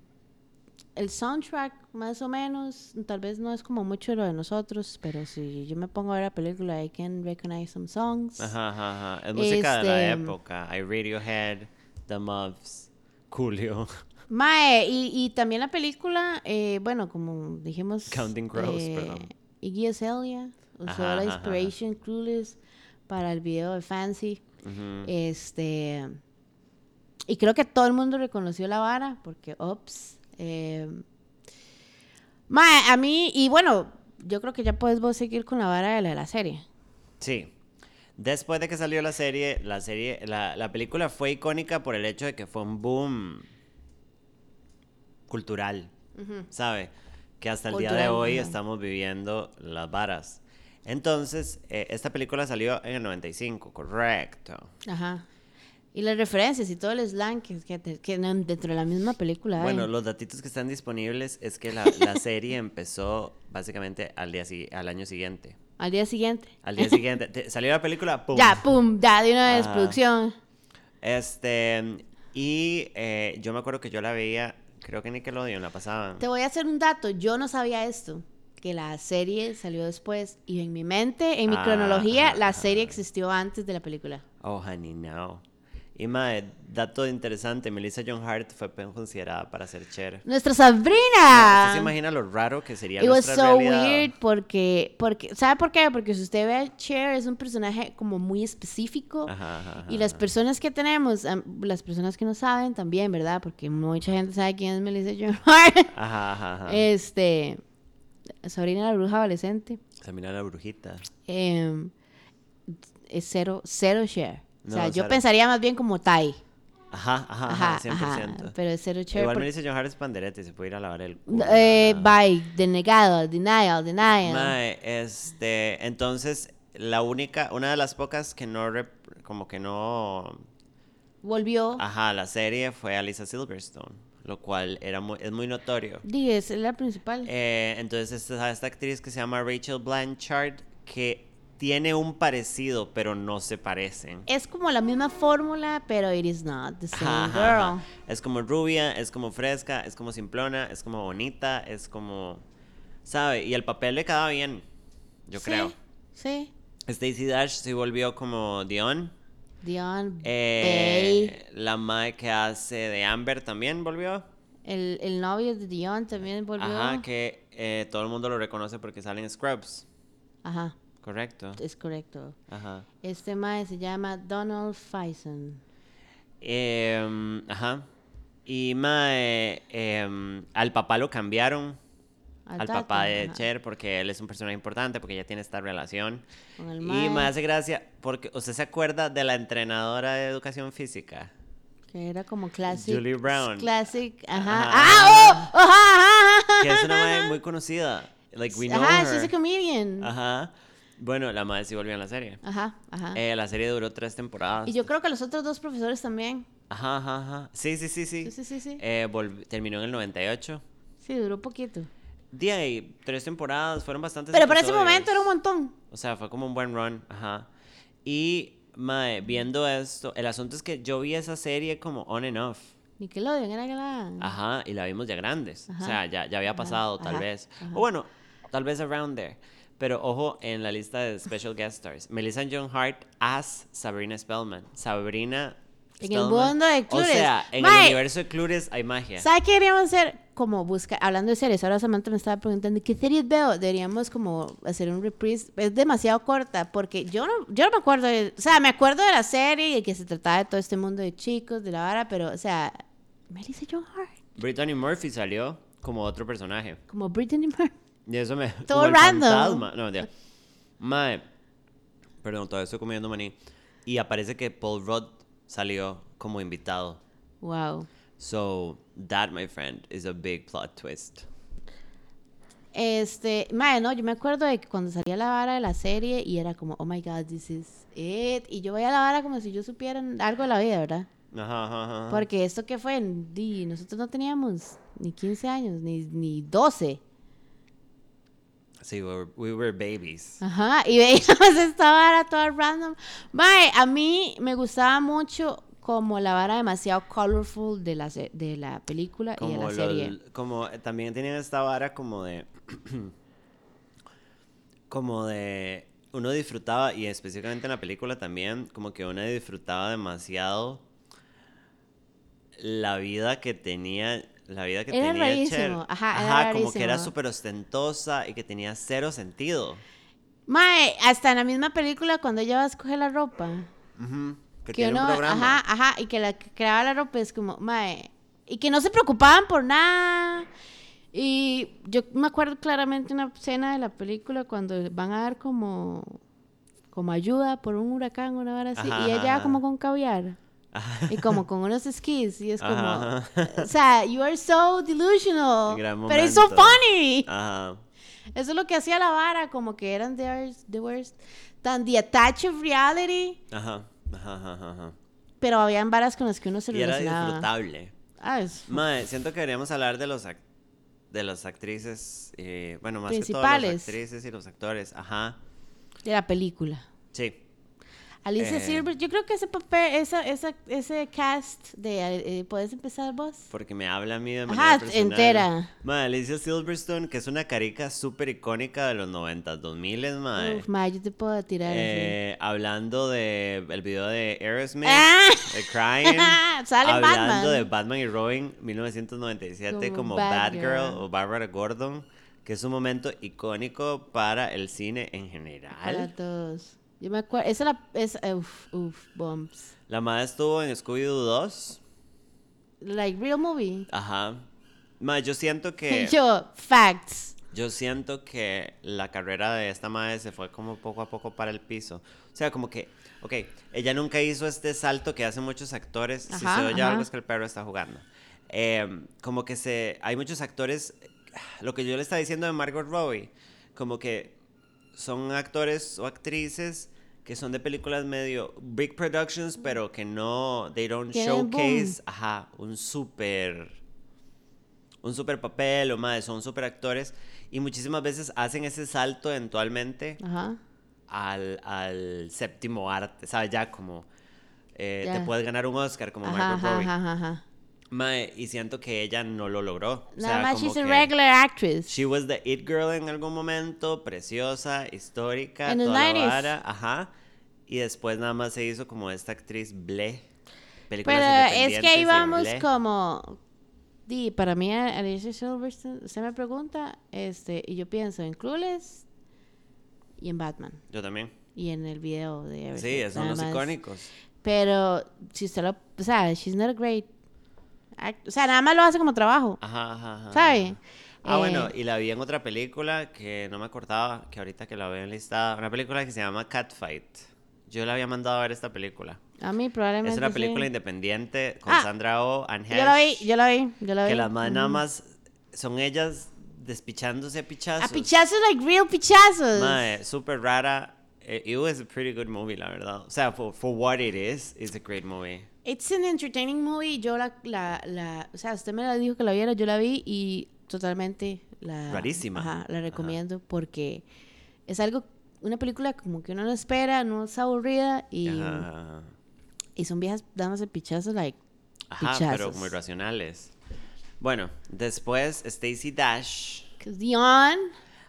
[SPEAKER 2] el soundtrack más o menos, tal vez no es como mucho lo de nosotros, pero si yo me pongo a ver la película, I can recognize some songs.
[SPEAKER 1] Ajá, ajá, ajá. Es música de la
[SPEAKER 2] Este-
[SPEAKER 1] época. Hay Radiohead, The Muffs, Coolio. (laughs)
[SPEAKER 2] Mae, y, y también la película, eh, bueno, como dijimos. eh,
[SPEAKER 1] Counting Crows, perdón.
[SPEAKER 2] Iggy Azalea usó
[SPEAKER 1] Ajá, ajá,
[SPEAKER 2] la
[SPEAKER 1] ajá.
[SPEAKER 2] inspiration Clueless para el video de Fancy.
[SPEAKER 1] Ujú.
[SPEAKER 2] Este. Y creo que todo el mundo reconoció la vara, porque, ops. eh, mae, a mí, y bueno, yo creo que ya puedes vos seguir con la vara de la, de la serie.
[SPEAKER 1] Sí. Después de que salió la serie, la serie, la, la película fue icónica por el hecho de que fue un boom cultural, ¿sabe? Que hasta el día de
[SPEAKER 2] Cultural,
[SPEAKER 1] hoy
[SPEAKER 2] ajá.
[SPEAKER 1] estamos viviendo las varas. Entonces, eh, esta película salió en el 95, correcto.
[SPEAKER 2] Ajá. Y las referencias y todo el slang que, que, que dentro de la misma película. hay.
[SPEAKER 1] Bueno, los datitos que están disponibles es que la, la
[SPEAKER 2] (laughs)
[SPEAKER 1] serie empezó básicamente al, día, si- al año siguiente.
[SPEAKER 2] Al día siguiente.
[SPEAKER 1] Al día siguiente, te- salió la película, ¡pum! Ah.
[SPEAKER 2] Ya, pum, ya de una vez,
[SPEAKER 1] Ajá.
[SPEAKER 2] producción.
[SPEAKER 1] Este, y eh, yo me acuerdo que yo la veía, creo que Nickelodeon la pasaban.
[SPEAKER 2] Te voy a hacer un dato. Yo no sabía esto, que la serie salió después. Y en mi mente, en mi
[SPEAKER 1] Ah,
[SPEAKER 2] cronología, la
[SPEAKER 1] ajá.
[SPEAKER 2] serie existió antes de la película.
[SPEAKER 1] Oh, honey, no. Y mae, dato interesante, Melissa John Hart fue pe- considerada para ser Cher.
[SPEAKER 2] ¡Nuestra
[SPEAKER 1] ¿Usted
[SPEAKER 2] Sabrina!
[SPEAKER 1] se imagina lo raro que sería
[SPEAKER 2] Ah. It was
[SPEAKER 1] nuestra
[SPEAKER 2] so
[SPEAKER 1] realidad?
[SPEAKER 2] weird porque, porque, ¿sabe por qué? Porque si usted ve, Cher es un personaje como muy específico
[SPEAKER 1] Ajá, ajá, ajá,
[SPEAKER 2] y las
[SPEAKER 1] ajá.
[SPEAKER 2] personas que tenemos, am- las personas que no saben también, ¿verdad? Porque mucha gente sabe quién es Melissa Joan Hart.
[SPEAKER 1] Ajá, ajá, ajá.
[SPEAKER 2] (laughs) Este, Sabrina la bruja adolescente.
[SPEAKER 1] Se mira la brujita.
[SPEAKER 2] em, es cero, cero share. o
[SPEAKER 1] No,
[SPEAKER 2] sea, yo
[SPEAKER 1] cero.
[SPEAKER 2] pensaría más bien como Tai.
[SPEAKER 1] Ajá, ajá,
[SPEAKER 2] Ajá,
[SPEAKER 1] ajá,
[SPEAKER 2] ajá,
[SPEAKER 1] 100%.
[SPEAKER 2] pero es cero share.
[SPEAKER 1] Igual
[SPEAKER 2] por-
[SPEAKER 1] Melissa John Hart es panderete, se puede ir a lavar el culo.
[SPEAKER 2] eh,
[SPEAKER 1] la-
[SPEAKER 2] bye, denegado, denial, denial.
[SPEAKER 1] Mae, este, entonces, la única, una de las pocas que no, rep- como que no
[SPEAKER 2] Volvió.
[SPEAKER 1] Ajá, la serie fue Alisa Silverstone, lo cual era muy, es muy notorio.
[SPEAKER 2] Di, es la principal.
[SPEAKER 1] Eh, entonces, esta, esta actriz que se llama Rachel Blanchard, que tiene un parecido, pero no se parecen.
[SPEAKER 2] es como la misma fórmula, pero it is not the same
[SPEAKER 1] Ajá, ajá,
[SPEAKER 2] girl.
[SPEAKER 1] ajá. Es como rubia, es como fresca, es como simplona, es como bonita, es como... ¿Sabe? Y el papel le quedaba bien, yo
[SPEAKER 2] Sí,
[SPEAKER 1] creo.
[SPEAKER 2] Sí.
[SPEAKER 1] Stacy Dash se volvió como Dion.
[SPEAKER 2] Dion,
[SPEAKER 1] Eh, la mae que hace de Amber también volvió.
[SPEAKER 2] Bey, El, el novio de Dion también volvió.
[SPEAKER 1] Ajá, que eh, todo el mundo lo reconoce porque salen Scrubs,
[SPEAKER 2] Ajá,
[SPEAKER 1] correcto.
[SPEAKER 2] es correcto.
[SPEAKER 1] Ajá.
[SPEAKER 2] Este mae se llama Donald Faison.
[SPEAKER 1] Em, ajá. Y mae, em, al papá lo cambiaron, al, papá
[SPEAKER 2] tata,
[SPEAKER 1] de
[SPEAKER 2] ajá.
[SPEAKER 1] Cher, porque él es un personaje importante, porque ya tiene esta relación.
[SPEAKER 2] Con el
[SPEAKER 1] Y me
[SPEAKER 2] mae.
[SPEAKER 1] hace gracia, porque usted se acuerda de la entrenadora de educación física.
[SPEAKER 2] Que era como classic.
[SPEAKER 1] Julie Brown.
[SPEAKER 2] Classic, ajá.
[SPEAKER 1] Ajá.
[SPEAKER 2] ¡Ah! ¡Oh! ¡Ajá!
[SPEAKER 1] Que es
[SPEAKER 2] (laughs)
[SPEAKER 1] una mae muy conocida. Like, we know
[SPEAKER 2] Ajá,
[SPEAKER 1] her.
[SPEAKER 2] she's a comedian. Ajá,
[SPEAKER 1] Ajá. Bueno, la madre sí volvió en la serie.
[SPEAKER 2] ajá.
[SPEAKER 1] Eh, la serie duró tres temporadas.
[SPEAKER 2] Ah. y yo creo que los otros dos profesores también.
[SPEAKER 1] Ajá, ajá, ajá. Sí, sí, sí,
[SPEAKER 2] Sí,
[SPEAKER 1] sí.
[SPEAKER 2] sí, sí, sí.
[SPEAKER 1] Eh, volv- terminó en el 98.
[SPEAKER 2] Sí, duró poquito.
[SPEAKER 1] De ahí, tres temporadas, fueron bastantes.
[SPEAKER 2] Pero para ese
[SPEAKER 1] episodios.
[SPEAKER 2] momento era un montón.
[SPEAKER 1] O sea, fue como un buen run, ajá. Y, mae, viendo esto, el asunto es que yo vi esa serie como on and off.
[SPEAKER 2] Nickelodeon era la...
[SPEAKER 1] Ajá, y la vimos ya grandes.
[SPEAKER 2] Ajá.
[SPEAKER 1] O sea, ya, ya había
[SPEAKER 2] Ajá,
[SPEAKER 1] pasado, tal
[SPEAKER 2] ajá,
[SPEAKER 1] vez.
[SPEAKER 2] ajá.
[SPEAKER 1] O bueno, tal vez around there. Pero ojo en la lista de special guest stars. Melissa John Hart as Sabrina Spellman. Sabrina
[SPEAKER 2] En el
[SPEAKER 1] Stallman.
[SPEAKER 2] mundo de Clueless.
[SPEAKER 1] O sea, en el
[SPEAKER 2] Mae,
[SPEAKER 1] universo de Clueless hay magia.
[SPEAKER 2] ¿Sabes qué deberíamos hacer? Como buscar, hablando de series, ahora Samantha me estaba preguntando, ¿qué series veo? Deberíamos como hacer un reprise, es demasiado corta, porque yo no, yo no me acuerdo, de- o sea, me acuerdo de la serie y de que se trataba de todo este mundo de chicos, de la vara, pero, o sea, Melissa John Hart,
[SPEAKER 1] Brittany Murphy salió como otro personaje.
[SPEAKER 2] como Brittany (laughs) Murphy.
[SPEAKER 1] Y eso me. como
[SPEAKER 2] Todo
[SPEAKER 1] el
[SPEAKER 2] random.
[SPEAKER 1] fantasma. No, mentira. Mae. Perdón, todavía estoy comiendo maní. Y aparece que Paul Rudd salió como invitado.
[SPEAKER 2] Wow.
[SPEAKER 1] So, that, my friend, is a big plot twist.
[SPEAKER 2] Este, mae, no, yo me acuerdo de que cuando salía la vara de la serie y era como, oh my god, this is it. Y yo veía la vara como si yo supiera algo de la vida, ¿verdad?
[SPEAKER 1] Ajá, ajá, ajá.
[SPEAKER 2] Porque esto que fue, di, nosotros no teníamos ni 15 años, ni, ni 12.
[SPEAKER 1] Sí, we were, we were babies.
[SPEAKER 2] Ajá, y veíamos (laughs) esta vara toda random. Mae, a mí me gustaba mucho como la vara demasiado colorful de la, se- de la película Ah, y de la
[SPEAKER 1] Como,
[SPEAKER 2] serie.
[SPEAKER 1] los- como también tenían esta vara como de. (clears throat) como de. Uno disfrutaba, y específicamente en la película también, como que uno disfrutaba demasiado la vida que tenía. La vida que
[SPEAKER 2] Era
[SPEAKER 1] tenía
[SPEAKER 2] rarísimo,
[SPEAKER 1] Cher.
[SPEAKER 2] ajá, era
[SPEAKER 1] como que era
[SPEAKER 2] rarísimo.
[SPEAKER 1] súper ostentosa y que tenía cero sentido.
[SPEAKER 2] Mae, hasta en la misma película cuando ella va a escoger la ropa.
[SPEAKER 1] Ujú, Que,
[SPEAKER 2] Que
[SPEAKER 1] tiene
[SPEAKER 2] uno,
[SPEAKER 1] un programa.
[SPEAKER 2] ajá, ajá, y que la que creaba la ropa es como, mae, y que no se preocupaban por nada. Y yo me acuerdo claramente una escena de la película cuando van a dar como, como ayuda por un huracán, una vara así,
[SPEAKER 1] Ajá,
[SPEAKER 2] y
[SPEAKER 1] ajá,
[SPEAKER 2] ella
[SPEAKER 1] ajá.
[SPEAKER 2] como con caviar.
[SPEAKER 1] Ajá.
[SPEAKER 2] Y como con unos esquís, y es como,
[SPEAKER 1] Ajá, ajá.
[SPEAKER 2] o sea, you are so delusional,
[SPEAKER 1] Gran
[SPEAKER 2] pero it's so
[SPEAKER 1] momento.
[SPEAKER 2] funny.
[SPEAKER 1] Ajá.
[SPEAKER 2] Eso es lo que hacía la vara, como que eran the worst, the worst, tan the attach of reality,
[SPEAKER 1] Ajá. Ajá. Ajá. ajá.
[SPEAKER 2] pero habían varas con las que uno se
[SPEAKER 1] Y era
[SPEAKER 2] relacionaba.
[SPEAKER 1] disfrutable.
[SPEAKER 2] Ah, es-
[SPEAKER 1] Mae, siento que deberíamos hablar de los ac- de las actrices, eh, bueno, más que todas
[SPEAKER 2] Principales.
[SPEAKER 1] las actrices y los actores, ajá,
[SPEAKER 2] de la película.
[SPEAKER 1] sí,
[SPEAKER 2] Alicia
[SPEAKER 1] Eh.
[SPEAKER 2] Silver, yo creo que ese papel, esa, esa, ese cast de... eh, ¿Puedes empezar vos?
[SPEAKER 1] porque me habla a mí de
[SPEAKER 2] Ajá,
[SPEAKER 1] manera personal.
[SPEAKER 2] entera.
[SPEAKER 1] Mae, Alicia Silverstone, que es una carica súper icónica de los 90, 2000, mae.
[SPEAKER 2] Uf, ma, yo te puedo tirar así.
[SPEAKER 1] Eh, hablando de el video de Aerosmith,
[SPEAKER 2] Ah.
[SPEAKER 1] de Crying,
[SPEAKER 2] (laughs) Sale
[SPEAKER 1] hablando
[SPEAKER 2] Batman.
[SPEAKER 1] de Batman y Robin 1997
[SPEAKER 2] Como
[SPEAKER 1] como,
[SPEAKER 2] Bad
[SPEAKER 1] Batgirl
[SPEAKER 2] Girl.
[SPEAKER 1] o Barbara Gordon, que es un momento icónico para el cine en general.
[SPEAKER 2] Para todos. Yo me acuerdo, esa la... Esa, eh, uf, uf, bombs.
[SPEAKER 1] La madre estuvo en Scooby-Doo 2.
[SPEAKER 2] Like real movie.
[SPEAKER 1] Ajá. Ma, yo siento que. yo...
[SPEAKER 2] (laughs) yo, facts.
[SPEAKER 1] siento que la carrera de esta madre se fue como poco a poco para el piso. O sea, como que. Ok, ella nunca hizo este salto que hacen muchos actores. si
[SPEAKER 2] Ajá,
[SPEAKER 1] se oye
[SPEAKER 2] ajá.
[SPEAKER 1] algo es que el perro está jugando. Eh, como que se. Hay muchos actores. Lo que yo le estaba diciendo de Margot Robbie. Como que son actores o actrices que son de películas medio big productions, pero que no, they don't
[SPEAKER 2] Tienen boom.
[SPEAKER 1] showcase, ajá, un súper, un súper papel o más, son súper actores y muchísimas veces hacen ese salto eventualmente
[SPEAKER 2] Ajá.
[SPEAKER 1] al, al séptimo arte, ¿sabes? Ya como eh, te
[SPEAKER 2] Ya.
[SPEAKER 1] puedes ganar un Oscar como
[SPEAKER 2] Ajá,
[SPEAKER 1] Margot
[SPEAKER 2] ajá,
[SPEAKER 1] Robbie.
[SPEAKER 2] ajá, ajá.
[SPEAKER 1] Mae, y siento que ella no lo logró. O
[SPEAKER 2] Nada
[SPEAKER 1] sea,
[SPEAKER 2] más,
[SPEAKER 1] como
[SPEAKER 2] she's a
[SPEAKER 1] que-
[SPEAKER 2] regular actress.
[SPEAKER 1] She was the it girl en algún momento, preciosa, histórica,
[SPEAKER 2] En los
[SPEAKER 1] toda la
[SPEAKER 2] 90s.
[SPEAKER 1] vara, ajá. Y después nada más se hizo como esta actriz bleh. películas
[SPEAKER 2] Pero es que
[SPEAKER 1] independientes y
[SPEAKER 2] ahí vamos
[SPEAKER 1] bleh.
[SPEAKER 2] como... Di, para mí, a- Alicia Silverstone, usted me pregunta, este, y yo pienso en Clueless y en Batman.
[SPEAKER 1] Yo también.
[SPEAKER 2] Y en el video de
[SPEAKER 1] Sí,
[SPEAKER 2] Everything,
[SPEAKER 1] son
[SPEAKER 2] nada
[SPEAKER 1] los
[SPEAKER 2] más.
[SPEAKER 1] icónicos.
[SPEAKER 2] Pero si usted lo... O sea, she's not a great... act- o sea, nada más lo hace como trabajo,
[SPEAKER 1] Ajá, ajá, ajá.
[SPEAKER 2] ¿sabe?
[SPEAKER 1] Ah,
[SPEAKER 2] Eh,
[SPEAKER 1] bueno, y la vi en otra película que no me acordaba, que ahorita que la veo en lista, una película que se llama Catfight. Yo la había mandado a ver esta película.
[SPEAKER 2] A mí probablemente
[SPEAKER 1] Es una
[SPEAKER 2] sí.
[SPEAKER 1] película independiente con
[SPEAKER 2] Ah,
[SPEAKER 1] Sandra Oh, Anne
[SPEAKER 2] Yo la vi,
[SPEAKER 1] Hesh.
[SPEAKER 2] yo la vi, yo la vi. Mm.
[SPEAKER 1] Que las madres nada más son ellas despichándose a
[SPEAKER 2] A
[SPEAKER 1] pichazos.
[SPEAKER 2] pichazos, like real pichazos.
[SPEAKER 1] Mae, súper rara. Eh, It was a pretty good movie, la verdad. O sea, for, for what it is, it's a great movie.
[SPEAKER 2] It's an entertaining movie. Yo la, la, la, o sea, usted me la dijo que la viera, yo la vi y totalmente la...
[SPEAKER 1] Rarísima.
[SPEAKER 2] Ajá, la
[SPEAKER 1] Ajá.
[SPEAKER 2] recomiendo porque es algo, una película como que uno no espera, no es aburrida y,
[SPEAKER 1] Ajá.
[SPEAKER 2] y son viejas dándose pichazos, like,
[SPEAKER 1] Ajá, pero
[SPEAKER 2] pichazos.
[SPEAKER 1] muy racionales. Bueno, después Stacy Dash.
[SPEAKER 2] cause Dion,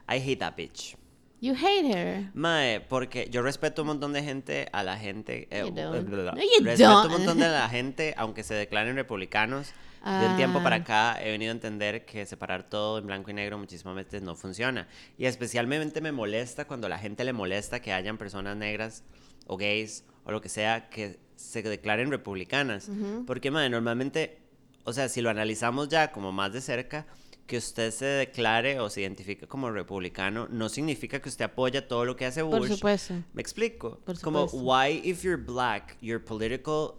[SPEAKER 1] I hate that bitch.
[SPEAKER 2] You hate her.
[SPEAKER 1] Mae, porque yo respeto un montón de gente a la gente. eh,
[SPEAKER 2] You don't.
[SPEAKER 1] bla, bla, bla.
[SPEAKER 2] No, you
[SPEAKER 1] respeto
[SPEAKER 2] don't.
[SPEAKER 1] un montón de
[SPEAKER 2] (laughs)
[SPEAKER 1] la gente, aunque se declaren republicanos. De
[SPEAKER 2] Ah.
[SPEAKER 1] un tiempo para acá he venido a entender que separar todo en blanco y negro muchísimas veces no funciona. Y especialmente me molesta cuando a la gente le molesta que hayan personas negras o gays o lo que sea que se declaren republicanas. Porque, mae, normalmente, o sea, si lo analizamos ya como más de cerca, que usted se declare o se identifique como republicano no significa que usted apoya todo lo que hace Bush.
[SPEAKER 2] Por supuesto.
[SPEAKER 1] Me explico.
[SPEAKER 2] Por
[SPEAKER 1] Como,
[SPEAKER 2] supuesto.
[SPEAKER 1] why if you're black, your political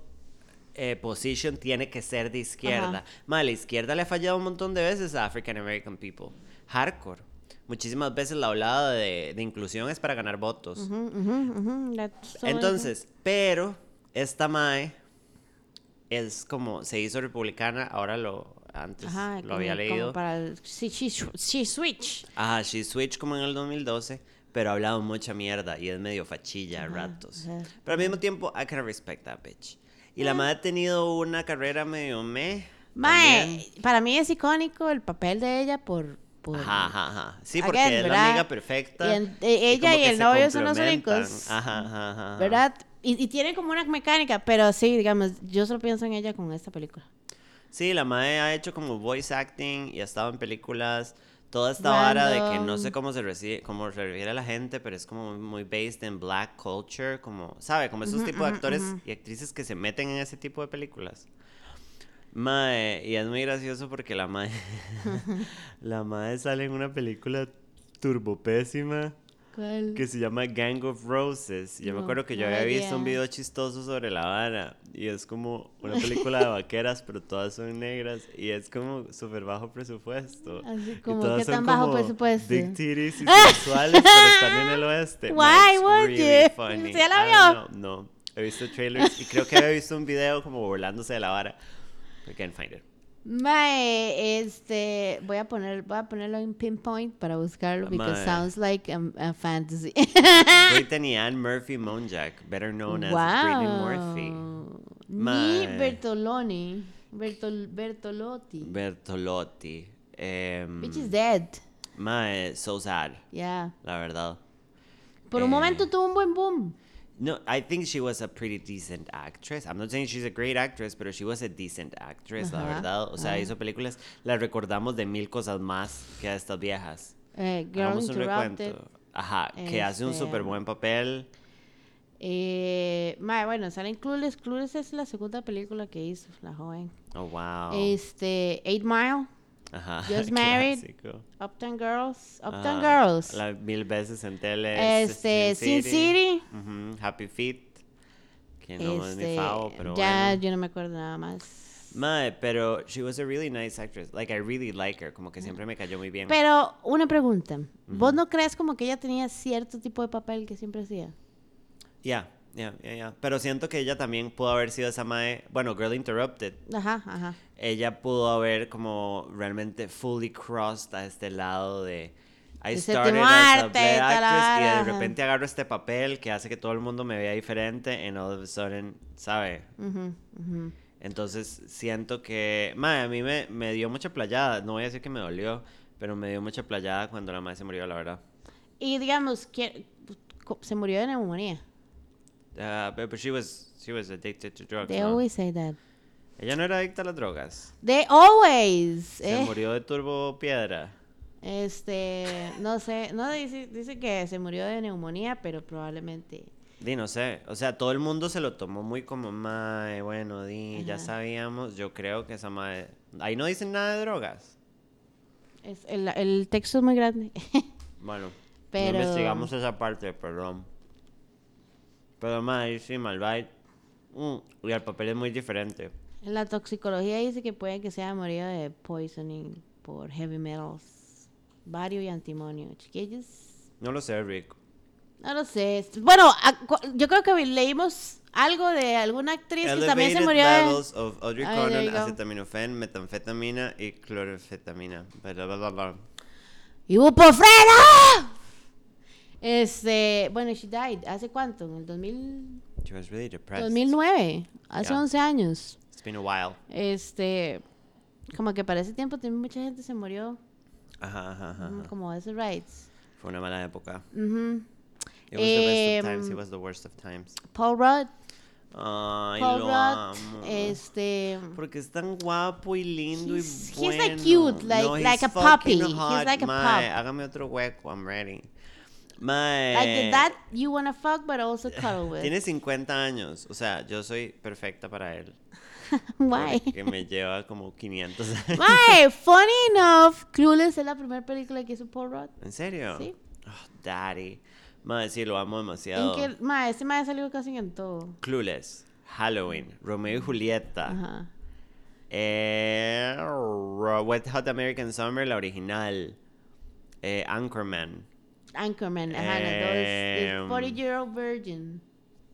[SPEAKER 1] eh, position tiene que ser de izquierda?
[SPEAKER 2] Ajá.
[SPEAKER 1] Ma, la izquierda le ha fallado un montón de veces a African American people. Hardcore. Muchísimas veces la hablada de, de inclusión es para ganar votos.
[SPEAKER 2] Ujú, ujú, ujú, that's so
[SPEAKER 1] Entonces, pero esta Mae es como se hizo republicana, ahora lo antes
[SPEAKER 2] nice. Ajá,
[SPEAKER 1] lo había
[SPEAKER 2] como- como
[SPEAKER 1] leído.
[SPEAKER 2] para el- sí, she, she switch.
[SPEAKER 1] Ajá, She Switch como en el 2012, pero ha hablado mucha mierda y es medio fachilla a ratos.
[SPEAKER 2] ajá. Mm.
[SPEAKER 1] Pero al mismo tiempo, I can respect that bitch. Y la madre ha tenido una carrera medio meh. también.
[SPEAKER 2] Mae, para mí es icónico el papel de ella por... por
[SPEAKER 1] Ajá, ajá, ajá. Sí,
[SPEAKER 2] Again,
[SPEAKER 1] porque es la
[SPEAKER 2] ¿verdad?
[SPEAKER 1] amiga perfecta.
[SPEAKER 2] Y en- eh, ella
[SPEAKER 1] como
[SPEAKER 2] y
[SPEAKER 1] que
[SPEAKER 2] el
[SPEAKER 1] se
[SPEAKER 2] novio son los
[SPEAKER 1] complementan.
[SPEAKER 2] únicos.
[SPEAKER 1] Ajá, ajá, ajá, ajá.
[SPEAKER 2] ¿Verdad? Y, y tiene como una mecánica, pero sí, digamos, yo solo pienso en ella con esta película.
[SPEAKER 1] Sí, la madre ha hecho como voice acting y ha estado en películas. Toda esta vara de que no sé
[SPEAKER 2] Random.
[SPEAKER 1] cómo se, recibe, cómo se refiere a la gente, pero es como muy based en black culture, como, ¿sabe? Como esos tipos de actores y actrices que se meten en ese tipo de películas. Mae, y es muy gracioso porque la madre, (laughs) la madre sale en una película turbopésima
[SPEAKER 2] ¿Cuál?
[SPEAKER 1] que se llama Gang of Roses. Yo me
[SPEAKER 2] No,
[SPEAKER 1] acuerdo que yo
[SPEAKER 2] no
[SPEAKER 1] había visto
[SPEAKER 2] idea.
[SPEAKER 1] un video chistoso sobre La Habana y es como una película de vaqueras, pero todas son negras y es como súper bajo presupuesto.
[SPEAKER 2] Así
[SPEAKER 1] Y
[SPEAKER 2] como,
[SPEAKER 1] todas
[SPEAKER 2] ¿qué
[SPEAKER 1] son
[SPEAKER 2] tan bajo
[SPEAKER 1] como
[SPEAKER 2] presupuesto? Ah.
[SPEAKER 1] Big
[SPEAKER 2] (laughs)
[SPEAKER 1] titties y sensuales, pero están en el oeste.
[SPEAKER 2] Why
[SPEAKER 1] It's
[SPEAKER 2] would
[SPEAKER 1] really
[SPEAKER 2] you?
[SPEAKER 1] funny.
[SPEAKER 2] ¿Ya la
[SPEAKER 1] I don't know. No, he visto trailers y creo que había visto un video como burlándose de La Habana. I can't find it.
[SPEAKER 2] Mae, este, voy a poner, voy a ponerlo en pinpoint para buscarlo because
[SPEAKER 1] Ah, Mae.
[SPEAKER 2] sounds like a, a fantasy. Ah.
[SPEAKER 1] Brittany Ann Murphy Monjack, better known as Brittany Murphy.
[SPEAKER 2] wow. Ni
[SPEAKER 1] Mae.
[SPEAKER 2] Bertoloni, Bertol, Bertolotti,
[SPEAKER 1] Bertolotti. em,
[SPEAKER 2] which is dead.
[SPEAKER 1] Mae, so sad,
[SPEAKER 2] Yeah.
[SPEAKER 1] la verdad.
[SPEAKER 2] Por un
[SPEAKER 1] Eh.
[SPEAKER 2] momento tuvo un buen boom.
[SPEAKER 1] No, I think she was a pretty decent actress. I'm not saying she's a great actress, pero she was a decent actress, la
[SPEAKER 2] Ajá,
[SPEAKER 1] verdad. O sea,
[SPEAKER 2] ajá.
[SPEAKER 1] hizo películas, la recordamos de mil cosas más que a estas viejas.
[SPEAKER 2] Eh, Girl
[SPEAKER 1] Hagamos un
[SPEAKER 2] Interrupted.
[SPEAKER 1] recuento. Ajá, que hace un
[SPEAKER 2] este,
[SPEAKER 1] súper buen papel.
[SPEAKER 2] Eh, mae, bueno, salen Clueless. Clueless es la segunda película que hizo la joven.
[SPEAKER 1] Oh, wow.
[SPEAKER 2] Este, Eight Mile,
[SPEAKER 1] Ajá. (laughs)
[SPEAKER 2] Just Married,
[SPEAKER 1] clásico.
[SPEAKER 2] Uptown Girls, Uptown
[SPEAKER 1] Ajá,
[SPEAKER 2] Girls.
[SPEAKER 1] Ah, La mil veces en tele.
[SPEAKER 2] Este, Sin City.
[SPEAKER 1] Ujú, Happy Feet. Que no es mi
[SPEAKER 2] Este,
[SPEAKER 1] favo, pero
[SPEAKER 2] ya
[SPEAKER 1] bueno.
[SPEAKER 2] yo no me acuerdo nada más.
[SPEAKER 1] Mae, pero she was a really nice actress. Like, I really like her. Como que siempre me cayó muy bien.
[SPEAKER 2] Pero una pregunta, ¿vos no crees como que ella tenía cierto tipo de papel que siempre hacía?
[SPEAKER 1] Ya, ya, ya, ya. Pero siento que ella también pudo haber sido esa mae. Bueno, Girl Interrupted.
[SPEAKER 2] Ajá, ajá.
[SPEAKER 1] Ella pudo haber como realmente fully crossed a este lado de. I
[SPEAKER 2] De
[SPEAKER 1] started
[SPEAKER 2] séptimo
[SPEAKER 1] as a
[SPEAKER 2] arte,
[SPEAKER 1] black
[SPEAKER 2] toda la
[SPEAKER 1] actress y
[SPEAKER 2] vara,
[SPEAKER 1] de
[SPEAKER 2] ajá.
[SPEAKER 1] repente agarro este papel que hace que todo el mundo me vea diferente and all of a sudden, ¿sabe?
[SPEAKER 2] Ujú, ujú.
[SPEAKER 1] Entonces siento que, mae, a mí me, me dio mucha playada, no voy a decir que me dolió, pero me dio mucha playada cuando la madre se murió, la verdad.
[SPEAKER 2] Y digamos, que se murió de neumonía.
[SPEAKER 1] Uh, but, but she was she was addicted to drugs.
[SPEAKER 2] They
[SPEAKER 1] ¿no?
[SPEAKER 2] always say that.
[SPEAKER 1] Ella no era adicta a las drogas.
[SPEAKER 2] They always.
[SPEAKER 1] Se
[SPEAKER 2] eh.
[SPEAKER 1] murió de turbo piedra.
[SPEAKER 2] Este, no sé, no dice, dice que se murió de neumonía, pero probablemente.
[SPEAKER 1] Di, no sé. O sea, todo el mundo se lo tomó muy como, mae, bueno, di, ya
[SPEAKER 2] Ajá.
[SPEAKER 1] sabíamos. Yo creo que esa madre. Ahí no dicen nada de drogas.
[SPEAKER 2] Es, el, el texto es muy grande. (laughs)
[SPEAKER 1] Bueno,
[SPEAKER 2] Pero-
[SPEAKER 1] no investigamos esa parte, perdón. Pero, mae, sí, Malvite. Mm, y el papel es muy diferente.
[SPEAKER 2] En la toxicología dice que puede que sea morido de poisoning por heavy metals, bario y antimonio. Chiquillos,
[SPEAKER 1] No lo sé, Rick.
[SPEAKER 2] no lo sé. Bueno, a- cu- yo creo que leímos algo de alguna actriz que también se
[SPEAKER 1] Elevated
[SPEAKER 2] murió de...
[SPEAKER 1] levels of Audrey
[SPEAKER 2] Ay, there
[SPEAKER 1] Conan,
[SPEAKER 2] you go.
[SPEAKER 1] acetaminofén, metanfetamina y clorfetamina. Bla, bla, bla, bla.
[SPEAKER 2] ¡Ibuprofeno! Este, bueno, she died. ¿Hace cuánto? ¿En el 2000?
[SPEAKER 1] She was really depressed.
[SPEAKER 2] 2009? Hace
[SPEAKER 1] Yeah.
[SPEAKER 2] 11 años.
[SPEAKER 1] It's been a while.
[SPEAKER 2] Este, como que para ese tiempo también mucha gente se murió,
[SPEAKER 1] Ajá, ajá, ajá.
[SPEAKER 2] mm, como ese rights.
[SPEAKER 1] Fue una mala época.
[SPEAKER 2] Ujú.
[SPEAKER 1] It was the best of times.
[SPEAKER 2] Em,
[SPEAKER 1] It was the worst of times.
[SPEAKER 2] Paul Rudd.
[SPEAKER 1] Ay,
[SPEAKER 2] Paul
[SPEAKER 1] lo
[SPEAKER 2] Rudd.
[SPEAKER 1] amo. Eh.
[SPEAKER 2] Este.
[SPEAKER 1] Porque es tan guapo y lindo
[SPEAKER 2] He's-
[SPEAKER 1] y
[SPEAKER 2] he's,
[SPEAKER 1] bueno.
[SPEAKER 2] like, cute, like-
[SPEAKER 1] no, he's
[SPEAKER 2] like a
[SPEAKER 1] fucking
[SPEAKER 2] puppy. He's
[SPEAKER 1] hot,
[SPEAKER 2] like a
[SPEAKER 1] mae.
[SPEAKER 2] pup.
[SPEAKER 1] Hágame otro hueco, I'm ready. Mae.
[SPEAKER 2] Like the dad you wanna fuck but also cuddle with.
[SPEAKER 1] Tiene 50 años, o sea, yo soy perfecta para él.
[SPEAKER 2] (laughs) Why?
[SPEAKER 1] Que
[SPEAKER 2] (laughs)
[SPEAKER 1] me lleva como 500 años.
[SPEAKER 2] Why? Funny enough, Clueless es la primera película que hizo Paul Rudd.
[SPEAKER 1] ¿En serio?
[SPEAKER 2] Sí.
[SPEAKER 1] Oh, daddy. Mae, sí, lo amo
[SPEAKER 2] En
[SPEAKER 1] demasiado.
[SPEAKER 2] que, ma, este ma ha salido casi en todo.
[SPEAKER 1] Clueless, Halloween, Romeo y Julieta.
[SPEAKER 2] Ajá.
[SPEAKER 1] Eh, Ro- Wet Hot American Summer, la original. Eh, Anchorman.
[SPEAKER 2] Anchorman, ajá, las dos.
[SPEAKER 1] Em.
[SPEAKER 2] The 40 Year Old Virgin.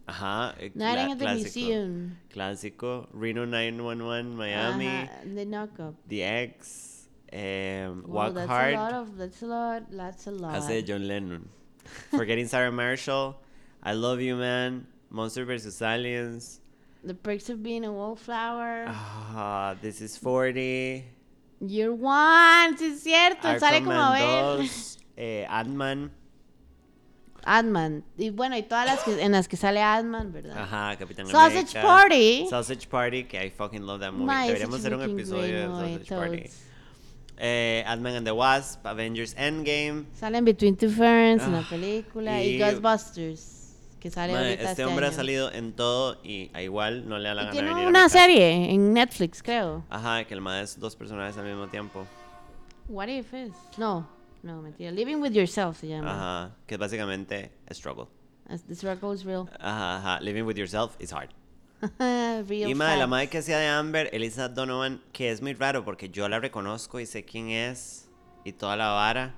[SPEAKER 1] Ajá. eh,
[SPEAKER 2] Nighting
[SPEAKER 1] cla-
[SPEAKER 2] at the Museum.
[SPEAKER 1] Clásico. Reno 911, Miami.
[SPEAKER 2] Ajá, the Knockup.
[SPEAKER 1] The X. em,
[SPEAKER 2] Wow,
[SPEAKER 1] Walk
[SPEAKER 2] that's a lot
[SPEAKER 1] Hard.
[SPEAKER 2] of, that's a lot, that's a lot.
[SPEAKER 1] Hace de John
[SPEAKER 2] (laughs)
[SPEAKER 1] Lennon. Forgetting Sarah Marshall. I Love You Man. Monster vs. Aliens.
[SPEAKER 2] The Perks of Being a Wallflower.
[SPEAKER 1] Ah, this is 40.
[SPEAKER 2] Year One, sí es cierto, sale
[SPEAKER 1] Aquaman
[SPEAKER 2] como a ver.
[SPEAKER 1] 2. Eh, Ant-Man.
[SPEAKER 2] (laughs) Ant-Man. Y bueno, y todas las que, en las que sale Ant-Man, ¿verdad?
[SPEAKER 1] Ajá, Capitán
[SPEAKER 2] Sausage
[SPEAKER 1] América.
[SPEAKER 2] Party.
[SPEAKER 1] Sausage Party, que I fucking love that movie.
[SPEAKER 2] Ma, ese
[SPEAKER 1] Deberíamos hacer un
[SPEAKER 2] fucking
[SPEAKER 1] episodio
[SPEAKER 2] great
[SPEAKER 1] de
[SPEAKER 2] movie,
[SPEAKER 1] Sausage Party.
[SPEAKER 2] totes.
[SPEAKER 1] Eh, Ant-Man and the Wasp, Avengers Endgame.
[SPEAKER 2] Sale en Between Two Ferns, en
[SPEAKER 1] Ah,
[SPEAKER 2] la película. Y,
[SPEAKER 1] y-
[SPEAKER 2] Ghostbusters, que sale
[SPEAKER 1] Ma,
[SPEAKER 2] ahorita
[SPEAKER 1] este,
[SPEAKER 2] este
[SPEAKER 1] hombre ha
[SPEAKER 2] año.
[SPEAKER 1] salido en todo y a igual no le da la
[SPEAKER 2] Y
[SPEAKER 1] gana
[SPEAKER 2] tiene
[SPEAKER 1] venir a mi
[SPEAKER 2] una
[SPEAKER 1] casa.
[SPEAKER 2] serie en Netflix, creo.
[SPEAKER 1] Ajá, que el madre es dos personajes al mismo tiempo.
[SPEAKER 2] What if es? No, no, mentira. Living with yourself se llama.
[SPEAKER 1] Ajá, que es básicamente a struggle.
[SPEAKER 2] As This record is real. (laughs)
[SPEAKER 1] Ajá, ajá. Living with yourself is hard.
[SPEAKER 2] real.
[SPEAKER 1] y madre, la
[SPEAKER 2] facts.
[SPEAKER 1] madre que hacía de Amber, Elisa Donovan, que es muy raro porque yo la reconozco y sé quién es y toda la vara,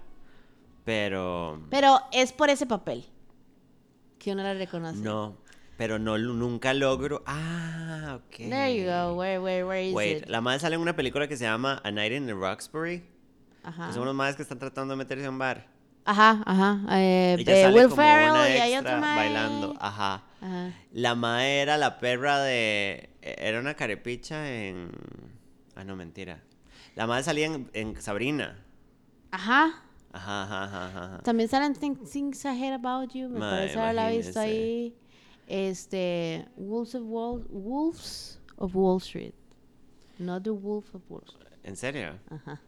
[SPEAKER 1] pero...
[SPEAKER 2] Pero es por ese papel que uno la reconoce.
[SPEAKER 1] No, pero no lo- nunca logro. Ah, ok.
[SPEAKER 2] There you go. Where, where, where is
[SPEAKER 1] Wait,
[SPEAKER 2] it?
[SPEAKER 1] la madre sale en una película que se llama A Night in the Roxbury.
[SPEAKER 2] Ajá.
[SPEAKER 1] que son unos madres que están tratando de meterse a un bar.
[SPEAKER 2] ajá, ajá. Eh,
[SPEAKER 1] Ella
[SPEAKER 2] eh,
[SPEAKER 1] sale
[SPEAKER 2] Will
[SPEAKER 1] como
[SPEAKER 2] Ferrell
[SPEAKER 1] una
[SPEAKER 2] y hay
[SPEAKER 1] extra
[SPEAKER 2] otro mae.
[SPEAKER 1] bailando. Ah. Ajá.
[SPEAKER 2] Ajá.
[SPEAKER 1] La madre era la perra de. e- Era una carepicha en. Ah, no, mentira. La madre salía en, en Sabrina.
[SPEAKER 2] Ajá.
[SPEAKER 1] Ajá, ajá, ajá, ajá, ajá.
[SPEAKER 2] También salen Think- Things I Hate About You. Me
[SPEAKER 1] Ma,
[SPEAKER 2] parece haberla visto
[SPEAKER 1] imagínese.
[SPEAKER 2] ahí. Este. Wolves of Wall, Wolves of Wall Street. Not the Wolf of Wall Street.
[SPEAKER 1] ¿En serio?
[SPEAKER 2] Ajá.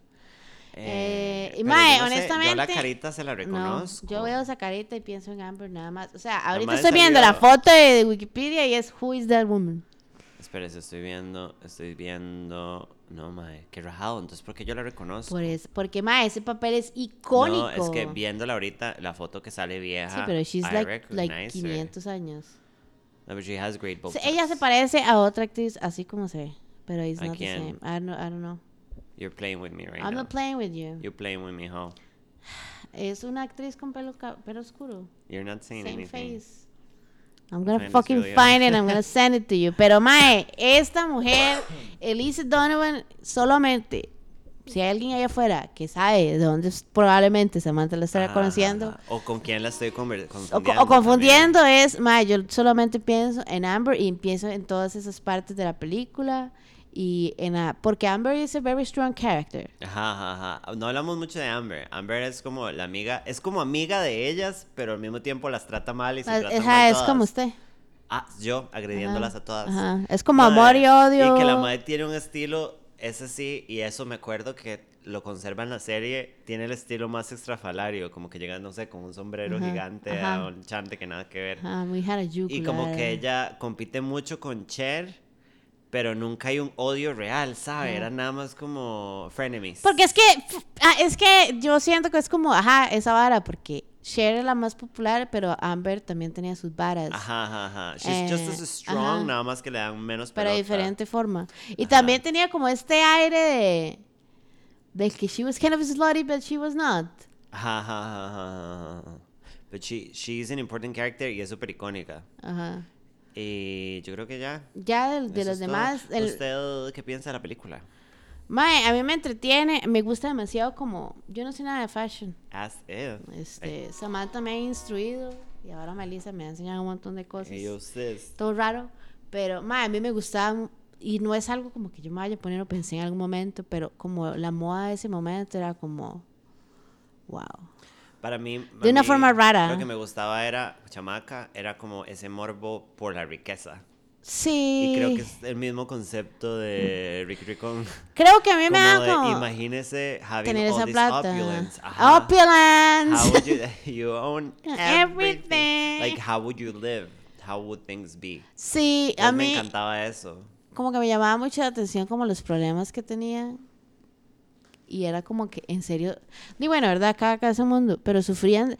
[SPEAKER 2] Eh, y
[SPEAKER 1] pero
[SPEAKER 2] mae,
[SPEAKER 1] yo no sé, Yo la
[SPEAKER 2] honestamente-
[SPEAKER 1] carita se la
[SPEAKER 2] No,
[SPEAKER 1] reconozco.
[SPEAKER 2] yo veo esa careta y pienso en Amber nada más. O sea, ahorita
[SPEAKER 1] madre
[SPEAKER 2] estoy viendo la
[SPEAKER 1] salió-
[SPEAKER 2] foto de, de Wikipedia y es Who is that woman?
[SPEAKER 1] Espérese, estoy viendo, estoy viendo. No, mae, qué rajado. Entonces, ¿por qué yo la reconozco?
[SPEAKER 2] Por eso, porque ma, ese papel es icónico.
[SPEAKER 1] No, es que viéndola ahorita, la foto que sale vieja.
[SPEAKER 2] Sí, pero she's
[SPEAKER 1] I
[SPEAKER 2] like, like
[SPEAKER 1] recognize her.
[SPEAKER 2] 500 años.
[SPEAKER 1] No, but she has great
[SPEAKER 2] O
[SPEAKER 1] boobs.
[SPEAKER 2] sea, ella se parece a otra actriz así como se ve, pero it's
[SPEAKER 1] ¿A
[SPEAKER 2] not the same.
[SPEAKER 1] quién?
[SPEAKER 2] I don't, I don't know.
[SPEAKER 1] You're playing with me right
[SPEAKER 2] I'm
[SPEAKER 1] now.
[SPEAKER 2] not playing with you.
[SPEAKER 1] You're playing with me, huh?
[SPEAKER 2] Es una actriz con pelo, ca- pelo oscuro.
[SPEAKER 1] You're not saying
[SPEAKER 2] Same
[SPEAKER 1] anything.
[SPEAKER 2] face. I'm gonna
[SPEAKER 1] Find this
[SPEAKER 2] fucking
[SPEAKER 1] video. (laughs)
[SPEAKER 2] find it and I'm gonna send it to you. Pero mae, esta
[SPEAKER 1] (coughs)
[SPEAKER 2] mujer, Elise Donovan, solamente si hay alguien allá afuera que sabe de dónde es- probablemente Samantha la estará
[SPEAKER 1] Ajá,
[SPEAKER 2] conociendo
[SPEAKER 1] ajá. ah, O con quién la estoy conver-
[SPEAKER 2] o,
[SPEAKER 1] confundiendo.
[SPEAKER 2] co- o
[SPEAKER 1] también.
[SPEAKER 2] confundiendo es, mae, yo solamente pienso en Amber y pienso en todas esas partes de la película y en la- porque Amber is a very strong character.
[SPEAKER 1] Ajá, ajá, ajá. No hablamos mucho de Amber. Amber es como la amiga, es como amiga de ellas, pero al mismo tiempo las trata mal y se
[SPEAKER 2] Ma-
[SPEAKER 1] trata
[SPEAKER 2] esa
[SPEAKER 1] mal
[SPEAKER 2] Ah, es
[SPEAKER 1] todas.
[SPEAKER 2] como usted.
[SPEAKER 1] Ah, yo agrediéndolas
[SPEAKER 2] Ajá,
[SPEAKER 1] a todas.
[SPEAKER 2] ajá. Es como
[SPEAKER 1] Mae,
[SPEAKER 2] amor y odio.
[SPEAKER 1] Y que la madre tiene un estilo, ese sí, y eso me acuerdo que lo conserva en la serie, tiene el estilo más extrafalario, como que llega, no sé, con un sombrero
[SPEAKER 2] Ajá,
[SPEAKER 1] gigante
[SPEAKER 2] ajá.
[SPEAKER 1] a un chante que nada que ver.
[SPEAKER 2] Ah, muy Harajuku,
[SPEAKER 1] Y
[SPEAKER 2] la
[SPEAKER 1] como que
[SPEAKER 2] verdad.
[SPEAKER 1] ella compite mucho con Cher, pero nunca hay un odio real, ¿sabes? Era nada más como frenemies.
[SPEAKER 2] Porque es que, f- ah, es que yo siento que es como, ajá, esa vara, porque Cher es la más popular, pero Amber también tenía sus varas.
[SPEAKER 1] Ajá, ajá, ajá. She's just
[SPEAKER 2] Eh,
[SPEAKER 1] as strong,
[SPEAKER 2] ajá.
[SPEAKER 1] nada más que le dan menos
[SPEAKER 2] Pero de
[SPEAKER 1] pelota.
[SPEAKER 2] diferente forma. Y
[SPEAKER 1] Ajá.
[SPEAKER 2] también tenía como este aire de. de que she was kind of slutty, but she was not.
[SPEAKER 1] Ajá, ajá, ajá, ajá, ajá. But she, she's an important character y es súper icónica.
[SPEAKER 2] Ajá.
[SPEAKER 1] Y Eh, yo creo que ya.
[SPEAKER 2] Ya de, de
[SPEAKER 1] eso es todo.
[SPEAKER 2] los demás. el-
[SPEAKER 1] ¿Usted qué piensa de la película?
[SPEAKER 2] Mae, a mí me entretiene, me gusta demasiado como. Yo no sé nada de fashion.
[SPEAKER 1] As if. Eh.
[SPEAKER 2] Este, Samantha me ha instruido y ahora Melissa me ha enseñado un montón de cosas.
[SPEAKER 1] Y ustedes.
[SPEAKER 2] todo raro, pero ma, a mí me gustaba mu- y no es algo como que yo me vaya a poner o pensé en algún momento, pero como la moda de ese momento era como wow.
[SPEAKER 1] Para mí. a
[SPEAKER 2] De una
[SPEAKER 1] mí,
[SPEAKER 2] forma rara.
[SPEAKER 1] Lo que me gustaba era, chamaca, era como ese morbo por la riqueza.
[SPEAKER 2] Sí.
[SPEAKER 1] Y creo que es el mismo concepto de Rick Ricón.
[SPEAKER 2] Creo que a mí me
[SPEAKER 1] (laughs) Como de,
[SPEAKER 2] da como
[SPEAKER 1] imagínese having
[SPEAKER 2] tener
[SPEAKER 1] all
[SPEAKER 2] esa
[SPEAKER 1] this
[SPEAKER 2] plata.
[SPEAKER 1] opulence. Ajá. How
[SPEAKER 2] Opulence.
[SPEAKER 1] would you, (laughs) you own
[SPEAKER 2] Everything.
[SPEAKER 1] everything. Like, how would you live? How would things be?
[SPEAKER 2] (laughs) Sí, a
[SPEAKER 1] Entonces, Pues
[SPEAKER 2] mí
[SPEAKER 1] Me encantaba eso.
[SPEAKER 2] como que me llamaba mucho la atención como los problemas que tenía. Y era como que, en serio, y bueno, ¿verdad? Cada casa un mundo, pero sufrían,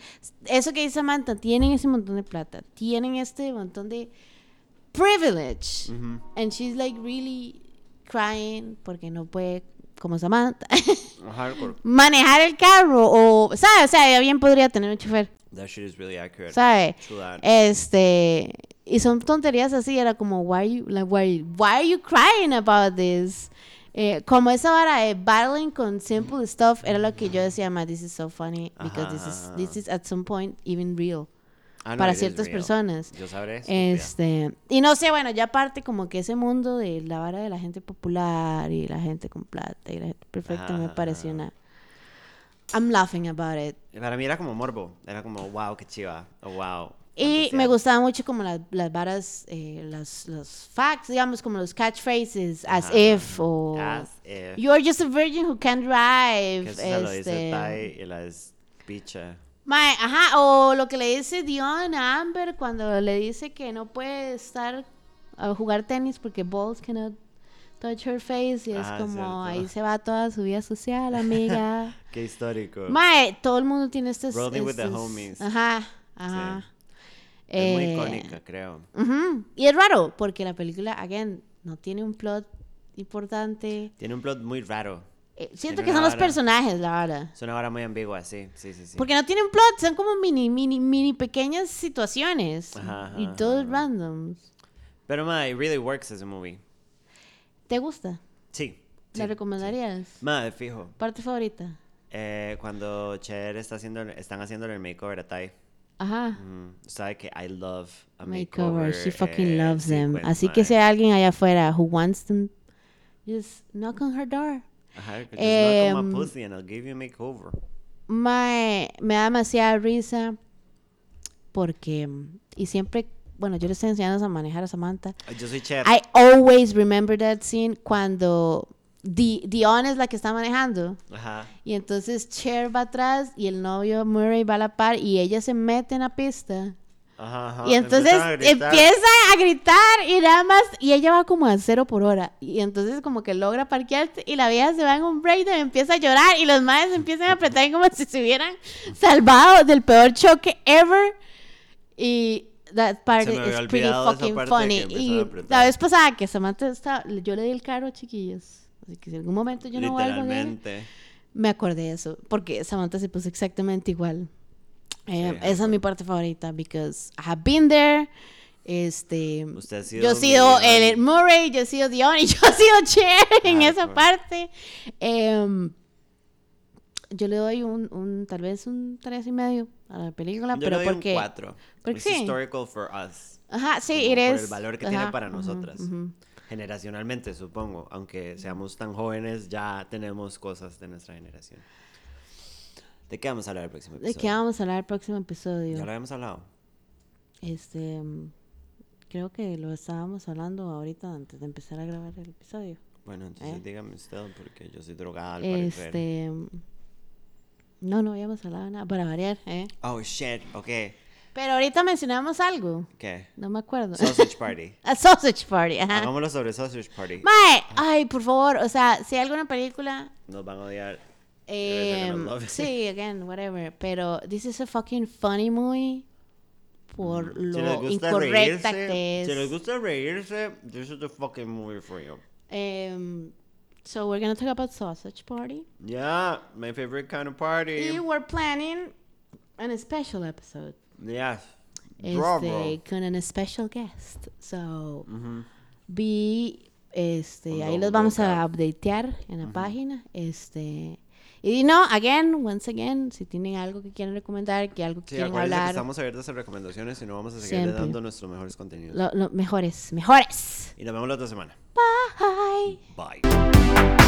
[SPEAKER 2] eso que dice Manta, tienen ese montón de plata, tienen este montón de privilege.
[SPEAKER 1] Ujú.
[SPEAKER 2] And she's like really crying porque no puede, como Samantha, (laughs)
[SPEAKER 1] Hardcore.
[SPEAKER 2] manejar el carro o, ¿sabes? O sea, ella bien podría tener un chofer,
[SPEAKER 1] That shit is really accurate.
[SPEAKER 2] ¿sabes?
[SPEAKER 1] to that.
[SPEAKER 2] Eh, Este, y son tonterías así, era como, why are you, like, why, are you- why are you crying about this? Eh, como esa vara de battling con simple stuff, era lo que yo decía, ma, this is so funny, because this is,
[SPEAKER 1] Ajá.
[SPEAKER 2] this is at some point even real,
[SPEAKER 1] Ah, no,
[SPEAKER 2] para
[SPEAKER 1] it is
[SPEAKER 2] ciertas
[SPEAKER 1] real.
[SPEAKER 2] personas.
[SPEAKER 1] Yo sabré. estúpida.
[SPEAKER 2] Este, y no sé, bueno, ya aparte como que ese mundo de la vara de la gente popular y la gente con plata y la gente perfecta me
[SPEAKER 1] Ajá.
[SPEAKER 2] pareció una... I'm laughing about it.
[SPEAKER 1] Para mí era como morbo. Era como, wow, qué chiva. O wow.
[SPEAKER 2] Y
[SPEAKER 1] fantasía".
[SPEAKER 2] me gustaba mucho como las, las varas, eh, las- los facts, digamos, como los catchphrases, as
[SPEAKER 1] Ajá.
[SPEAKER 2] if o...
[SPEAKER 1] Ah, As if.
[SPEAKER 2] You're just a virgin who can drive.
[SPEAKER 1] Que eso se lo dice
[SPEAKER 2] este,
[SPEAKER 1] Tai y la es picha.
[SPEAKER 2] Mae, ajá, o lo que le dice Dion a Amber cuando le dice que no puede estar a jugar tenis porque balls cannot touch her face y es
[SPEAKER 1] Ah, es
[SPEAKER 2] como
[SPEAKER 1] cierto.
[SPEAKER 2] ahí se va toda su
[SPEAKER 1] (laughs)
[SPEAKER 2] vida social, amiga.
[SPEAKER 1] Qué histórico.
[SPEAKER 2] Mae, todo el mundo tiene estos
[SPEAKER 1] Rolling with the
[SPEAKER 2] estos-
[SPEAKER 1] homies.
[SPEAKER 2] Ajá, ajá.
[SPEAKER 1] es muy
[SPEAKER 2] Eh,
[SPEAKER 1] icónica, creo.
[SPEAKER 2] ujú, Y es raro porque la película, again, no tiene un plot importante.
[SPEAKER 1] Tiene un plot muy raro.
[SPEAKER 2] Eh, siento
[SPEAKER 1] Tiene
[SPEAKER 2] que
[SPEAKER 1] una
[SPEAKER 2] son los
[SPEAKER 1] vara.
[SPEAKER 2] personajes, la verdad.
[SPEAKER 1] Es una hora muy ambigua, sí. Sí, sí, sí.
[SPEAKER 2] Porque no tienen plot, son como mini, mini, mini pequeñas situaciones.
[SPEAKER 1] Ajá, ajá,
[SPEAKER 2] y
[SPEAKER 1] ajá,
[SPEAKER 2] todo
[SPEAKER 1] ajá.
[SPEAKER 2] random.
[SPEAKER 1] Pero, ma, it really works as a movie.
[SPEAKER 2] ¿Te gusta?
[SPEAKER 1] Sí.
[SPEAKER 2] ¿La
[SPEAKER 1] sí.
[SPEAKER 2] recomendarías?
[SPEAKER 1] Ma, de fijo.
[SPEAKER 2] ¿Parte favorita?
[SPEAKER 1] Eh, cuando Cher está haciendo, están haciendo el makeover a Tai.
[SPEAKER 2] Ajá.
[SPEAKER 1] Mm, sabe que I love a
[SPEAKER 2] Makeover,
[SPEAKER 1] makeover.
[SPEAKER 2] she fucking
[SPEAKER 1] eh,
[SPEAKER 2] loves them.
[SPEAKER 1] sequence,
[SPEAKER 2] Así que
[SPEAKER 1] mae.
[SPEAKER 2] si hay alguien allá afuera who wants them, just knock on her door.
[SPEAKER 1] Ajá, just knock on
[SPEAKER 2] Em,
[SPEAKER 1] my pussy and I'll give you a makeover.
[SPEAKER 2] Mae, me da demasiada risa porque, y siempre, bueno, yo le estoy enseñando a manejar a Samantha.
[SPEAKER 1] Yo soy Cher.
[SPEAKER 2] I always remember that scene cuando Di- Dion es la que está manejando.
[SPEAKER 1] Ajá.
[SPEAKER 2] Y entonces Cher va atrás y el novio Murray va a la par y ella se mete en la pista.
[SPEAKER 1] Ajá, ajá.
[SPEAKER 2] y entonces
[SPEAKER 1] Empiezan a gritar.
[SPEAKER 2] empieza a gritar y nada más. Y ella va como a cero por hora. Y entonces como que logra parquearse y la vieja se va en un breakdown y empieza a llorar. Y los madres empiezan a apretar como si se hubieran salvado del peor choque ever. Y that part
[SPEAKER 1] Se me había
[SPEAKER 2] is pretty
[SPEAKER 1] olvidado esa
[SPEAKER 2] fucking
[SPEAKER 1] parte de
[SPEAKER 2] funny.
[SPEAKER 1] que empiezan a
[SPEAKER 2] Y
[SPEAKER 1] apretar.
[SPEAKER 2] la vez pasada que Samantha estaba, yo le di el carro, chiquillos. Así que si en algún momento yo no vuelvo a ella,
[SPEAKER 1] Literalmente.
[SPEAKER 2] me acordé de eso, porque Samantha se puso exactamente igual. Eh,
[SPEAKER 1] Sí,
[SPEAKER 2] esa es mi parte favorita, because I have been there. Este,
[SPEAKER 1] Usted ha sido
[SPEAKER 2] yo he
[SPEAKER 1] mi
[SPEAKER 2] sido
[SPEAKER 1] Dion.
[SPEAKER 2] el Murray, yo he sido Dion y (laughs) yo he sido Cher en esa
[SPEAKER 1] Hardcore.
[SPEAKER 2] parte. Em, yo le doy un, un- tal vez un tres y medio a la película,
[SPEAKER 1] Yo
[SPEAKER 2] pero
[SPEAKER 1] le doy
[SPEAKER 2] porque
[SPEAKER 1] un 4.
[SPEAKER 2] porque
[SPEAKER 1] It's
[SPEAKER 2] sí.
[SPEAKER 1] historical for us.
[SPEAKER 2] ajá, sí,
[SPEAKER 1] como por
[SPEAKER 2] eres
[SPEAKER 1] el valor que tiene para nosotras.
[SPEAKER 2] ujú.
[SPEAKER 1] Generacionalmente, supongo. Aunque seamos tan jóvenes, ya tenemos cosas de nuestra generación. ¿De qué vamos a hablar el próximo
[SPEAKER 2] ¿De
[SPEAKER 1] episodio?
[SPEAKER 2] qué vamos a hablar el próximo episodio?
[SPEAKER 1] Ya lo habíamos hablado.
[SPEAKER 2] Este, mm, creo que lo estábamos hablando ahorita antes de empezar a grabar el episodio.
[SPEAKER 1] Bueno, entonces
[SPEAKER 2] ¿Eh?
[SPEAKER 1] dígame usted, porque yo soy drogada al parecer.
[SPEAKER 2] Este, mm, no, no habíamos hablado nada para variar, ¿eh?
[SPEAKER 1] Oh, shit. Ok.
[SPEAKER 2] Pero ahorita mencionamos algo,
[SPEAKER 1] ¿Qué?
[SPEAKER 2] no me acuerdo.
[SPEAKER 1] Sausage Ah, Party.
[SPEAKER 2] (laughs) A sausage party, ajá.
[SPEAKER 1] Hagámoslo sobre Sausage Party.
[SPEAKER 2] Mae, ay, por favor, o sea, si hay alguna película,
[SPEAKER 1] Nos van a odiar.
[SPEAKER 2] eh,
[SPEAKER 1] You're gonna love it.
[SPEAKER 2] sí, again, whatever, pero this is a fucking funny movie por
[SPEAKER 1] Mm, si les
[SPEAKER 2] lo
[SPEAKER 1] gusta
[SPEAKER 2] incorrecta
[SPEAKER 1] reírse,
[SPEAKER 2] que es.
[SPEAKER 1] si les gusta reírse, this is the fucking movie for you.
[SPEAKER 2] Em, so we're gonna talk about sausage party.
[SPEAKER 1] Yeah, my favorite kind of party.
[SPEAKER 2] Y we're planning an special episode.
[SPEAKER 1] Yes.
[SPEAKER 2] Este,
[SPEAKER 1] Bravo.
[SPEAKER 2] con an special guest. So,
[SPEAKER 1] Mm-hmm.
[SPEAKER 2] be, este,
[SPEAKER 1] On
[SPEAKER 2] ahí
[SPEAKER 1] the
[SPEAKER 2] los vamos a
[SPEAKER 1] lookout.
[SPEAKER 2] updatear en la
[SPEAKER 1] Mm-hmm.
[SPEAKER 2] página. Este, y no, again, once again, si tienen algo que quieren recomendar, que algo que
[SPEAKER 1] Sí,
[SPEAKER 2] quieren
[SPEAKER 1] acuérdense que
[SPEAKER 2] hablar,
[SPEAKER 1] estamos abiertos a recomendaciones y no vamos a seguir
[SPEAKER 2] Siempre.
[SPEAKER 1] dando nuestros mejores contenidos.
[SPEAKER 2] lo- lo- mejores, mejores.
[SPEAKER 1] Y nos vemos la otra semana.
[SPEAKER 2] Bye.
[SPEAKER 1] Bye.